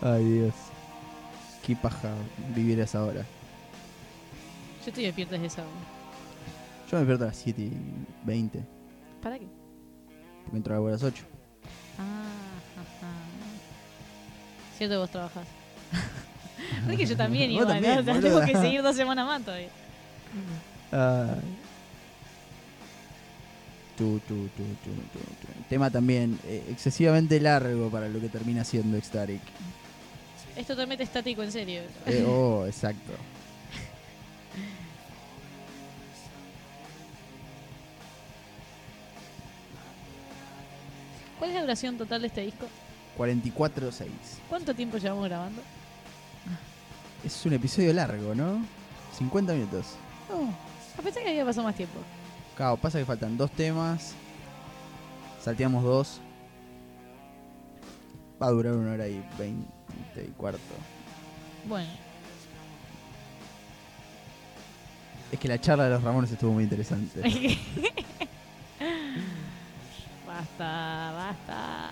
Speaker 1: Ay, Dios. Qué paja vivir a esa hora.
Speaker 3: Yo estoy despierta desde esa hora.
Speaker 1: Yo me despierto a las 7 y 20,
Speaker 3: ¿Para qué?
Speaker 1: porque entro a las 8.
Speaker 3: Ah, ajá. Cierto que
Speaker 1: [laughs]
Speaker 3: vos trabajás. No es que yo también
Speaker 1: Vos
Speaker 3: igual.
Speaker 1: también,
Speaker 3: ¿no?
Speaker 1: boluda.
Speaker 3: Tengo que seguir dos semanas más todavía.
Speaker 1: Ah. Tu, tu, tu, tu, tu, tu. Tema también eh, excesivamente largo para lo que termina siendo Ecstatic.
Speaker 3: Es totalmente estático, en serio.
Speaker 1: Eh, oh, exacto.
Speaker 3: ¿Cuál es la duración total de este disco?
Speaker 1: 44.6.
Speaker 3: ¿Cuánto tiempo llevamos grabando?
Speaker 1: Es un episodio largo, ¿no? 50 minutos.
Speaker 3: No. A pesar que había pasado más tiempo.
Speaker 1: Claro, pasa que faltan dos temas. Salteamos dos. Va a durar una hora y veinte y cuarto.
Speaker 3: Bueno,
Speaker 1: Es que la charla de los Ramones estuvo muy
Speaker 3: [laughs]
Speaker 1: interesante.
Speaker 3: basta, basta.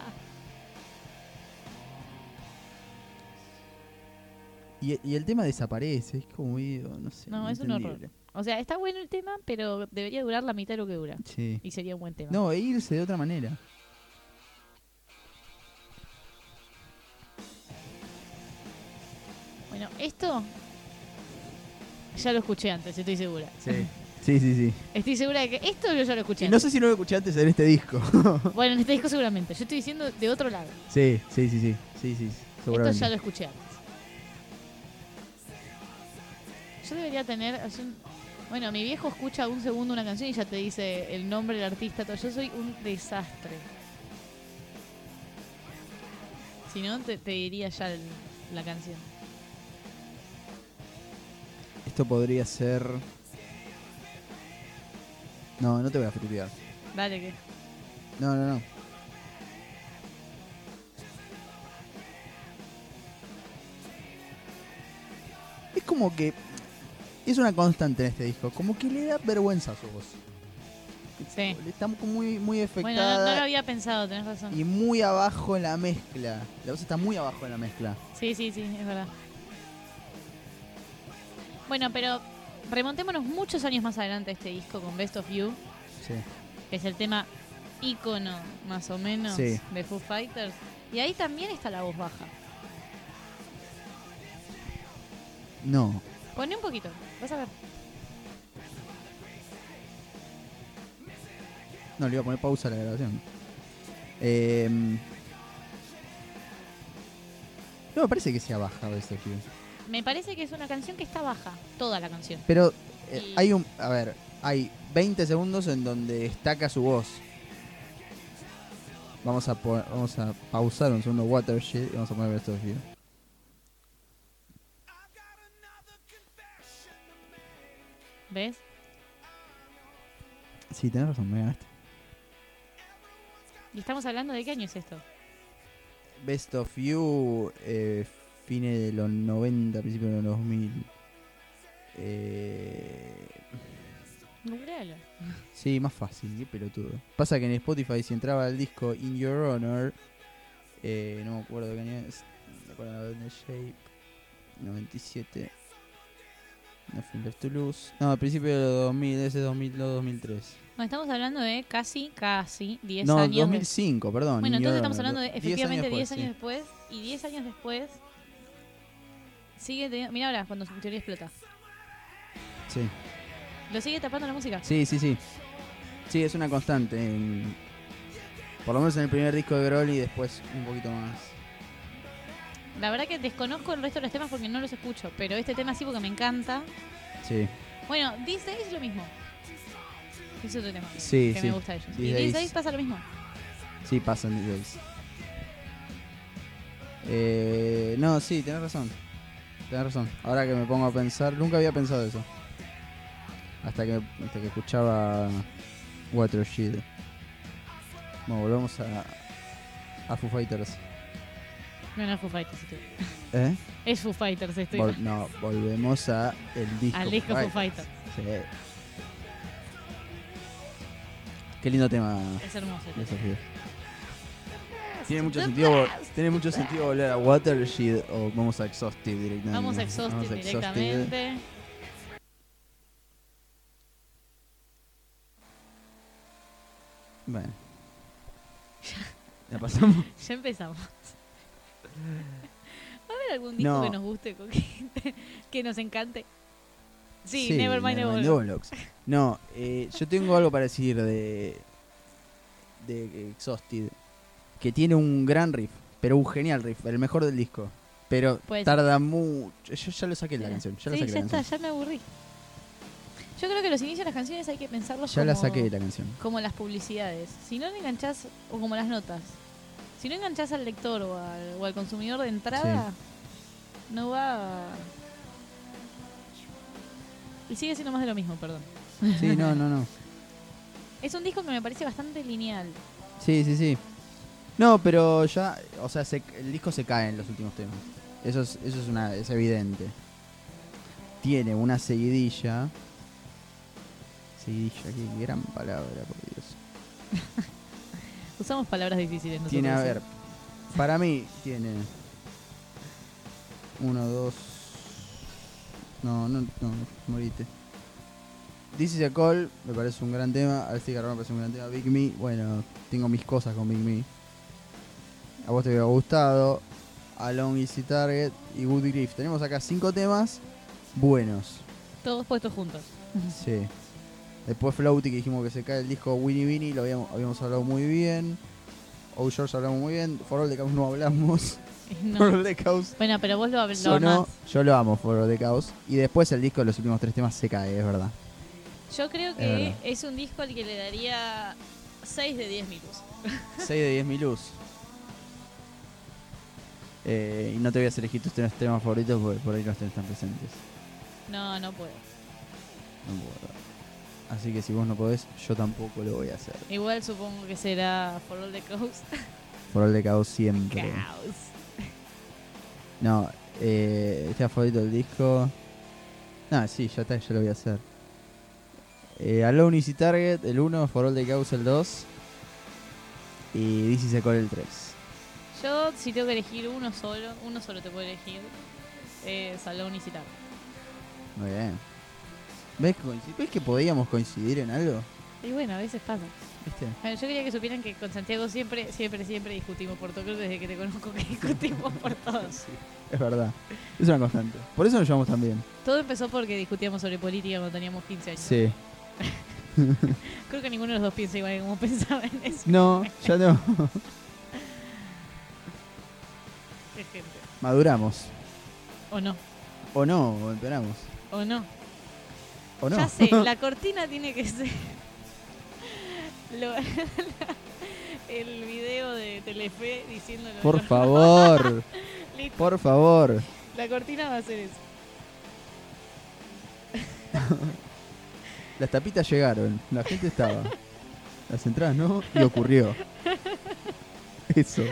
Speaker 1: y, y el tema desaparece, es como medio, no sé.
Speaker 3: No, es un horror.
Speaker 1: inentendible.
Speaker 3: O sea, está bueno el tema, pero debería durar la mitad de lo que dura.
Speaker 1: Sí.
Speaker 3: Y sería un buen tema.
Speaker 1: No, e irse de otra manera.
Speaker 3: Bueno, esto ya lo escuché antes, estoy segura.
Speaker 1: Sí. [laughs] Sí, sí, sí.
Speaker 3: Estoy segura de que esto yo ya lo escuché
Speaker 1: Y no
Speaker 3: antes.
Speaker 1: sé si no lo escuché antes en este disco. [laughs]
Speaker 3: Bueno, en este disco seguramente. Yo estoy diciendo de otro lado.
Speaker 1: sí, sí, sí, sí. Sí, sí.
Speaker 3: Esto
Speaker 1: Seguramente.
Speaker 3: ya lo escuché antes. Yo debería tener. así un- Bueno, mi viejo escucha un segundo una canción y ya te dice el nombre del artista. todo. Yo soy un desastre. Si no, te, te diría ya el- la canción.
Speaker 1: Esto podría ser. No, no te voy a frutear.
Speaker 3: Dale, que.
Speaker 1: No, no, no. Es como que. Es una constante en este disco. Como que le da vergüenza a su voz.
Speaker 3: Sí.
Speaker 1: Le está como muy, muy
Speaker 3: Bueno, no, no lo
Speaker 1: afectada.
Speaker 3: había pensado, tenés razón.
Speaker 1: y muy abajo en la mezcla. La voz está muy abajo en la mezcla.
Speaker 3: Sí, sí, sí, es verdad. Bueno, pero remontémonos muchos años más adelante a este disco con Best of You.
Speaker 1: Sí.
Speaker 3: que es el tema ícono, más o menos,
Speaker 1: Sí.
Speaker 3: de Foo Fighters. Y ahí también está la voz baja.
Speaker 1: No.
Speaker 3: Poné un poquito, vas a ver.
Speaker 1: No, le iba a poner pausa a la grabación. Em, No me parece que sea baja a veces, tío.
Speaker 3: Me parece que es una canción que está baja, toda la canción.
Speaker 1: Pero eh,
Speaker 3: Y-
Speaker 1: hay un. A ver, hay 20 segundos en donde destaca su voz. Vamos a, po- vamos a pausar un segundo Watershed y vamos a poner estos videos.
Speaker 3: ¿Ves?
Speaker 1: Sí, tenés razón, me ganaste.
Speaker 3: Y estamos hablando de qué año es esto.
Speaker 1: Best of You, eh, fines de los 90, principios de los 2000. Eh,
Speaker 3: Googlealo.
Speaker 1: sí, más fácil, qué pelotudo. Pasa que en Spotify, si entraba el disco In Your Honor, eh, no me acuerdo qué año es, no me acuerdo de Shape, 97, Nothing Left to Lose. No, al principio de los 2000, ese 2002, 2003.
Speaker 3: No, estamos hablando de casi, casi 10
Speaker 1: No,
Speaker 3: años. de-
Speaker 1: 2005, perdón.
Speaker 3: Bueno,
Speaker 1: In
Speaker 3: entonces
Speaker 1: Your
Speaker 3: estamos
Speaker 1: Honor,
Speaker 3: hablando de
Speaker 1: 10 años
Speaker 3: efectivamente 10
Speaker 1: después,
Speaker 3: años
Speaker 1: sí.
Speaker 3: después. Y 10 años después. Sigue teniendo. Mira ahora, cuando su teoría explota.
Speaker 1: Sí.
Speaker 3: Lo sigue tapando la música.
Speaker 1: Sí, sí, sí. Sí, es una constante. en- por lo menos en el primer disco de Grohl y después un poquito más.
Speaker 3: La verdad que desconozco el resto de los temas porque no los escucho. Pero este tema sí porque me encanta.
Speaker 1: Sí.
Speaker 3: Bueno, This Day es lo mismo. Es otro tema.
Speaker 1: Sí,
Speaker 3: que
Speaker 1: sí.
Speaker 3: me gusta de ellos.
Speaker 1: These
Speaker 3: y This
Speaker 1: Days.
Speaker 3: Days pasa lo mismo.
Speaker 1: Sí, pasan These Days. Eh, no, sí, tenés razón. Tenés razón. Ahora que me pongo a pensar, nunca había pensado eso. Hasta que, hasta que escuchaba Watershed. Bueno, volvemos a, a Foo Fighters.
Speaker 3: No, no es Foo Fighters. estoy-
Speaker 1: ¿Eh?
Speaker 3: Es Foo Fighters, estoy.
Speaker 1: Vol- no, volvemos a el disco.
Speaker 3: Al disco Foo Fighters.
Speaker 1: Sí. Qué lindo tema
Speaker 3: Es hermoso.
Speaker 1: de esos videos. Tiene mucho sentido, vol- tiene mucho sentido volver a Watershed o vamos a Exhaustive directamente.
Speaker 3: Vamos a Exhausted
Speaker 1: Vamos a Exhausted.
Speaker 3: directamente.
Speaker 1: Bueno. ¿La pasamos?
Speaker 3: Ya empezamos. ¿Va a haber algún disco
Speaker 1: No.
Speaker 3: que nos guste, con que, que nos encante? [laughs] Sí, Nevermind
Speaker 1: Nevermind
Speaker 3: Never
Speaker 1: the Bollocks. No, eh, yo tengo algo para decir de, de Exhausted. Que tiene un gran riff, pero un genial riff, el mejor del disco. Pero
Speaker 3: Pues-
Speaker 1: tarda mucho. Yo ya lo saqué la canción. Ya la
Speaker 3: sí,
Speaker 1: saqué
Speaker 3: ya
Speaker 1: la
Speaker 3: está,
Speaker 1: canción.
Speaker 3: ya me aburrí. Yo creo que los inicios de las canciones hay que pensarlos
Speaker 1: Ya
Speaker 3: como,
Speaker 1: la saqué la
Speaker 3: [laughs]
Speaker 1: canción.
Speaker 3: como las publicidades. Si no le enganchás, o como las notas. Si no enganchás al lector o al, o al consumidor de entrada, no va a... Y sigue siendo más de lo mismo, perdón.
Speaker 1: Sí, no, no, no.
Speaker 3: Es un disco que me parece bastante lineal.
Speaker 1: Sí, sí, sí. No, pero ya, o sea, se- el disco se cae en los últimos temas. Eso es, eso es, una, es evidente. Tiene una seguidilla. Seguidilla, qué gran palabra, por Dios.
Speaker 3: Usamos palabras difíciles. Nosotros, ¿eh?
Speaker 1: Tiene, a
Speaker 3: ¿sí?
Speaker 1: ver, para mí tiene... Uno, dos... No, no, no, moriste. This is a Call, me parece un gran tema. Al Cigarro me parece un gran tema. Big Me, bueno, tengo mis cosas con Big Me. A vos te hubiera gustado. Alone Easy Target y Good Grief. Tenemos acá cinco temas buenos.
Speaker 3: Todos puestos
Speaker 1: [laughs]
Speaker 3: juntos.
Speaker 1: Sí. Después Floaty, que dijimos que se cae el disco Winnie Winnie, lo habíamos, habíamos hablado muy bien. Oh George hablamos muy bien. For All the Chaos no hablamos. For
Speaker 3: No.
Speaker 1: All the Chaos
Speaker 3: Bueno, pero vos lo, hab- lo
Speaker 1: sonó.
Speaker 3: amás.
Speaker 1: Yo lo amo, For All the Chaos. Y después el disco de los últimos tres temas se cae, es [laughs] verdad.
Speaker 3: Yo creo
Speaker 1: Es
Speaker 3: que
Speaker 1: verdad.
Speaker 3: es, un disco al que le daría 6 de 10 minutos.
Speaker 1: 6 de 10 mi luz. Eh, y no te voy a elegir tus tres temas favoritos porque por ahí los tenés tan presentes.
Speaker 3: No, no puedo.
Speaker 1: No puedo. Así que si vos no podés, yo tampoco lo voy a hacer.
Speaker 3: Igual supongo que será For All the Coast. [laughs]
Speaker 1: For All the Chaos siempre.
Speaker 3: Caos.
Speaker 1: No, eh, este favorito del disco. No, sí, ya está, ya lo voy a hacer. Eh, Alone Easy Target, el 1, For All the Chaos, el 2. Y This is a Call, el 3.
Speaker 3: Yo, si tengo que elegir uno solo, uno solo te puedo elegir. Eh, Salón y Citar.
Speaker 1: Muy bien. ¿Ves que, coinci- ves que podíamos coincidir en algo?
Speaker 3: Y bueno, a veces pasa.
Speaker 1: ¿Viste?
Speaker 3: Bueno, yo quería que supieran que con Santiago siempre, siempre, siempre discutimos por todo. Creo que desde que te conozco que [laughs] discutimos por todo.
Speaker 1: [laughs] Es verdad. Es una constante. Por eso nos llevamos tan bien.
Speaker 3: Todo empezó porque discutíamos sobre política cuando teníamos 15 años.
Speaker 1: Sí.
Speaker 3: Creo que ninguno de los dos piensa igual como [laughs] pensaba en eso.
Speaker 1: No, ya no.
Speaker 3: Es
Speaker 7: gente.
Speaker 1: [laughs] Maduramos.
Speaker 3: O no,
Speaker 1: O no, o empeoramos.
Speaker 3: o no.
Speaker 1: O no.
Speaker 3: Ya sé,
Speaker 1: [laughs]
Speaker 3: la cortina tiene que ser. [laughs] lo- [laughs] el video de Telefe diciéndolo.
Speaker 1: Por favor,
Speaker 3: Listo,
Speaker 1: por favor.
Speaker 3: La cortina va a ser eso.
Speaker 1: Las tapitas llegaron, la gente estaba. Las entradas no, y ocurrió. Eso.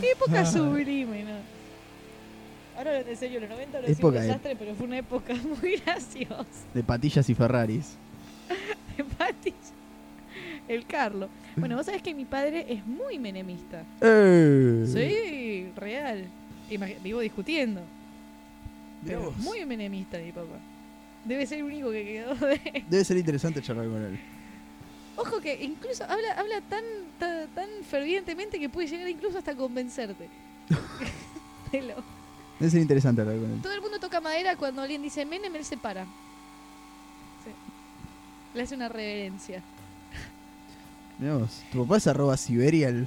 Speaker 3: Qué época
Speaker 1: Ah.
Speaker 3: sublime, ¿no? Ahora en serio, los 90 ahora
Speaker 1: Época
Speaker 3: un
Speaker 1: de-
Speaker 3: desastre, pero fue una época [laughs] muy graciosa.
Speaker 1: De patillas y Ferraris.
Speaker 3: Patis. El Carlo. Bueno, vos sabés que mi padre es muy menemista.
Speaker 1: ¡Eh!
Speaker 3: Soy real. Imag- vivo discutiendo.
Speaker 1: Mirá
Speaker 3: Pero
Speaker 1: vos.
Speaker 3: muy menemista mi papá. Debe ser el único que quedó de... [laughs]
Speaker 1: Debe ser interesante charlar con él.
Speaker 3: Ojo que incluso habla, habla tan, ta- tan, fervientemente que puede llegar incluso hasta
Speaker 1: [laughs]
Speaker 3: convencerte. [laughs] Te lo-
Speaker 1: Debe ser interesante hablar con él.
Speaker 3: Todo el mundo toca madera cuando alguien dice Menem, él se para. Sí. Le hace una reverencia.
Speaker 1: Mirá vos, ¿Tu papá es arroba Siberial?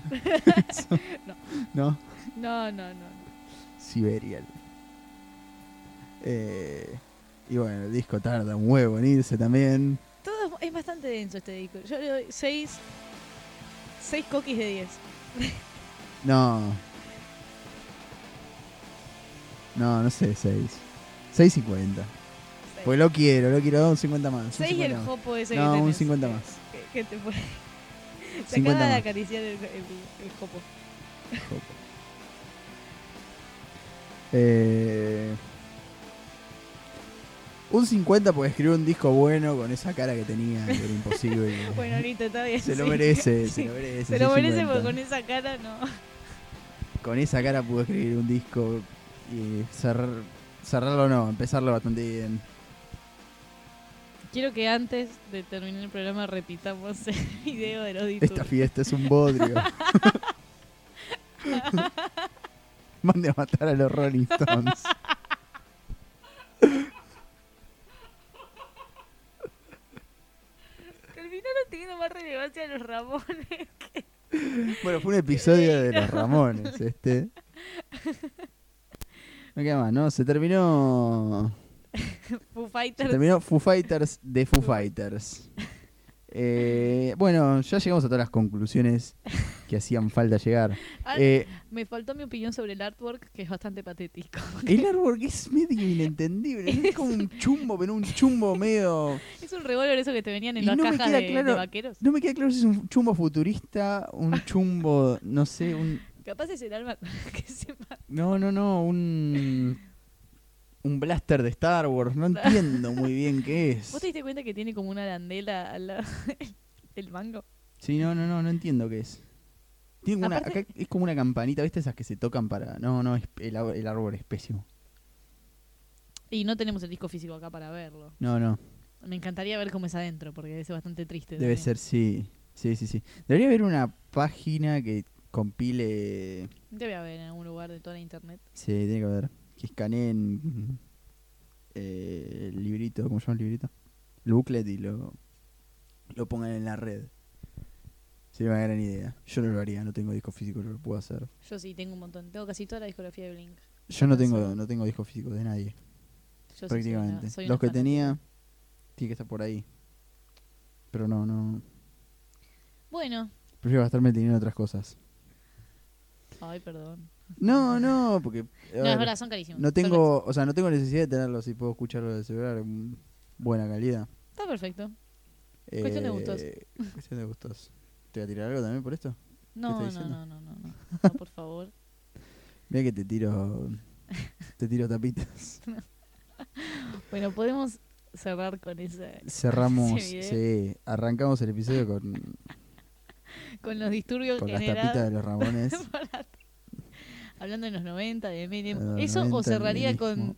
Speaker 3: No.
Speaker 1: ¿No?
Speaker 3: No, no, no.
Speaker 1: Siberial. Eh, y bueno, el disco tarda un huevo en irse también.
Speaker 3: Todo es- es bastante denso este disco. Yo le doy 6 seis coquis de 10.
Speaker 1: No. No, no sé, 6. 6.50. Pues lo quiero, lo quiero, un 50 más. un
Speaker 3: 6 y
Speaker 1: 50
Speaker 3: el
Speaker 1: más.
Speaker 3: hopo ese
Speaker 1: No,
Speaker 3: que
Speaker 1: un
Speaker 3: tenés.
Speaker 1: 50 más.
Speaker 3: Que- que
Speaker 1: [laughs]
Speaker 3: te puede- Se
Speaker 1: 50
Speaker 3: acaba de
Speaker 1: más.
Speaker 3: acariciar el, el- el hopo.
Speaker 1: Eh, un 50 porque escribió un disco bueno con esa cara que tenía, que era imposible.
Speaker 3: [laughs] Bueno, ahorita está bien.
Speaker 1: se lo
Speaker 3: sí.
Speaker 1: merece,
Speaker 3: [laughs] Sí.
Speaker 1: se lo merece.
Speaker 3: Se lo merece
Speaker 1: 6.50.
Speaker 3: porque con esa cara no.
Speaker 1: Con esa cara pudo escribir un disco y cerrar, cerrarlo no, empezarlo bastante bien.
Speaker 3: Quiero que antes de terminar el programa repitamos el video de los
Speaker 1: Esta fiesta es un bodrio. Mande a matar a los Rolling Stones.
Speaker 3: Terminaron teniendo más relevancia los Ramones.
Speaker 1: Bueno, fue un episodio de los Ramones, este. No queda más, ¿no? Se terminó.
Speaker 3: Foo
Speaker 1: Se
Speaker 3: Fighters.
Speaker 1: terminó Foo Fighters de Foo Fighters. Eh, bueno, ya llegamos a todas las conclusiones que hacían falta llegar.
Speaker 3: Ah,
Speaker 1: Eh,
Speaker 3: Me faltó mi opinión sobre el artwork, que es
Speaker 1: [laughs]
Speaker 3: bastante patético.
Speaker 1: el árbol que es medio inentendible, es como un chumbo, pero un chumbo medio.
Speaker 3: Es un revólver eso que te venían en
Speaker 1: Y
Speaker 3: las
Speaker 1: no me
Speaker 3: cajas
Speaker 1: queda
Speaker 3: de, de
Speaker 1: claro-
Speaker 3: vaqueros.
Speaker 1: No me queda claro si es un chumbo futurista,
Speaker 3: [laughs]
Speaker 1: un chumbo, no sé, un.
Speaker 3: Capaz es el arma [laughs] que se ma-
Speaker 1: No, no, no, un. Un blaster de Star Wars,
Speaker 3: [laughs]
Speaker 1: no entiendo muy bien qué es.
Speaker 3: ¿Vos te diste cuenta que tiene como una arandela al lado [laughs] del mango?
Speaker 1: Sí, no, no, no, no entiendo qué es. Tiene como una,
Speaker 3: Aparte-
Speaker 1: acá es como una campanita, ¿viste? Esas que se tocan para. No, no, es- el, ar- el árbol es pésimo.
Speaker 3: Y no tenemos el disco físico acá para verlo.
Speaker 1: No, no,
Speaker 3: Me encantaría ver cómo es adentro, porque debe ser bastante triste.
Speaker 1: debe
Speaker 3: también.
Speaker 1: ser, sí. Sí, sí, sí. Debería haber una página que compile.
Speaker 3: Debe haber en algún lugar de toda la internet.
Speaker 1: Sí, tiene que haber. Que escaneen. eh, el librito, ¿cómo se llama el librito? El booklet y lo. Lo pongan en la red. Sería una gran idea. Yo no lo haría, no tengo disco físico, no lo puedo hacer.
Speaker 3: Yo sí tengo un montón. Tengo casi toda la discografía de Blink.
Speaker 1: Yo no
Speaker 3: Ah,
Speaker 1: tengo,
Speaker 3: sí.
Speaker 1: no tengo disco físico de nadie.
Speaker 3: Yo sí soy
Speaker 1: prácticamente.
Speaker 3: una- soy
Speaker 1: Los
Speaker 3: una
Speaker 1: que
Speaker 3: fanática.
Speaker 1: tenía, tiene que estar por ahí. Pero no, no.
Speaker 3: Bueno.
Speaker 1: Prefiero gastarme el dinero en otras cosas.
Speaker 3: Ay, perdón.
Speaker 1: No, no, porque. a
Speaker 3: No,
Speaker 1: ver,
Speaker 3: es verdad, son carísimos.
Speaker 1: no
Speaker 3: Son carísimos.
Speaker 1: tengo, o sea, no tengo necesidad de tenerlo si puedo escucharlo del celular en buena calidad.
Speaker 3: Está perfecto. Cuestión de gustos.
Speaker 1: Eh, Cuestión de gustos. ¿Te voy a tirar algo también por esto?
Speaker 3: No,
Speaker 1: estás
Speaker 3: no,
Speaker 1: diciendo?
Speaker 3: no, no, no, no. No, por favor. [laughs]
Speaker 1: Mira que te tiro. te tiro
Speaker 3: [laughs]
Speaker 1: tapitas.
Speaker 3: Bueno, podemos cerrar con esa,
Speaker 1: Cerramos.
Speaker 3: Ese
Speaker 1: Sí, arrancamos el episodio
Speaker 3: [laughs]
Speaker 1: con,
Speaker 3: con los disturbios
Speaker 1: con las tapitas de
Speaker 3: generados.
Speaker 1: los
Speaker 3: [laughs]
Speaker 1: Ramones.
Speaker 3: Hablando de los 90, de Menem.
Speaker 1: De los
Speaker 3: Eso
Speaker 1: 90,
Speaker 3: o cerraría con.
Speaker 1: menemismo.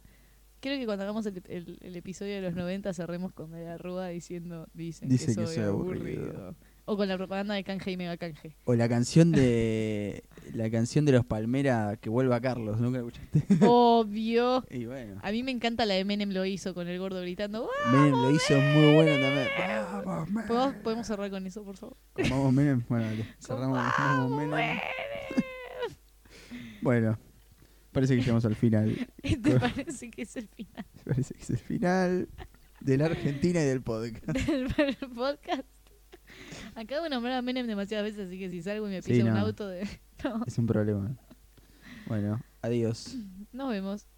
Speaker 3: Creo que cuando hagamos el, el- el episodio de los 90 cerremos con De la Rúa diciendo. Dicen
Speaker 1: Dicen
Speaker 3: que soy aburrido. O con la propaganda de canje y mega canje.
Speaker 1: O la canción de la canción de los Palmera que vuelva Carlos, nunca la escuchaste.
Speaker 3: [laughs] Oh. Obvio.
Speaker 1: [laughs] Y bueno,
Speaker 3: A mí me encanta la de Menem lo hizo con el gordo gritando. "¡Ah!".
Speaker 1: Menem lo hizo muy bueno también. Vamos, Menem.
Speaker 3: ¿Podemos, podemos cerrar con eso, por favor?
Speaker 1: Vamos, Menem. Bueno, dale, cerramos. Vamos, Menem. Bueno, parece que llegamos al final.
Speaker 3: [laughs] ¿Te parece que es el final
Speaker 1: [laughs] Parece que es el final de la Argentina y del [laughs] podcast.
Speaker 3: del podcast? Acabo de nombrar a Menem demasiadas veces, así que si salgo y me
Speaker 1: Sí,
Speaker 3: pisa un
Speaker 1: no.
Speaker 3: auto de...
Speaker 1: Es un problema. Bueno, adiós.
Speaker 3: [laughs] Nos vemos.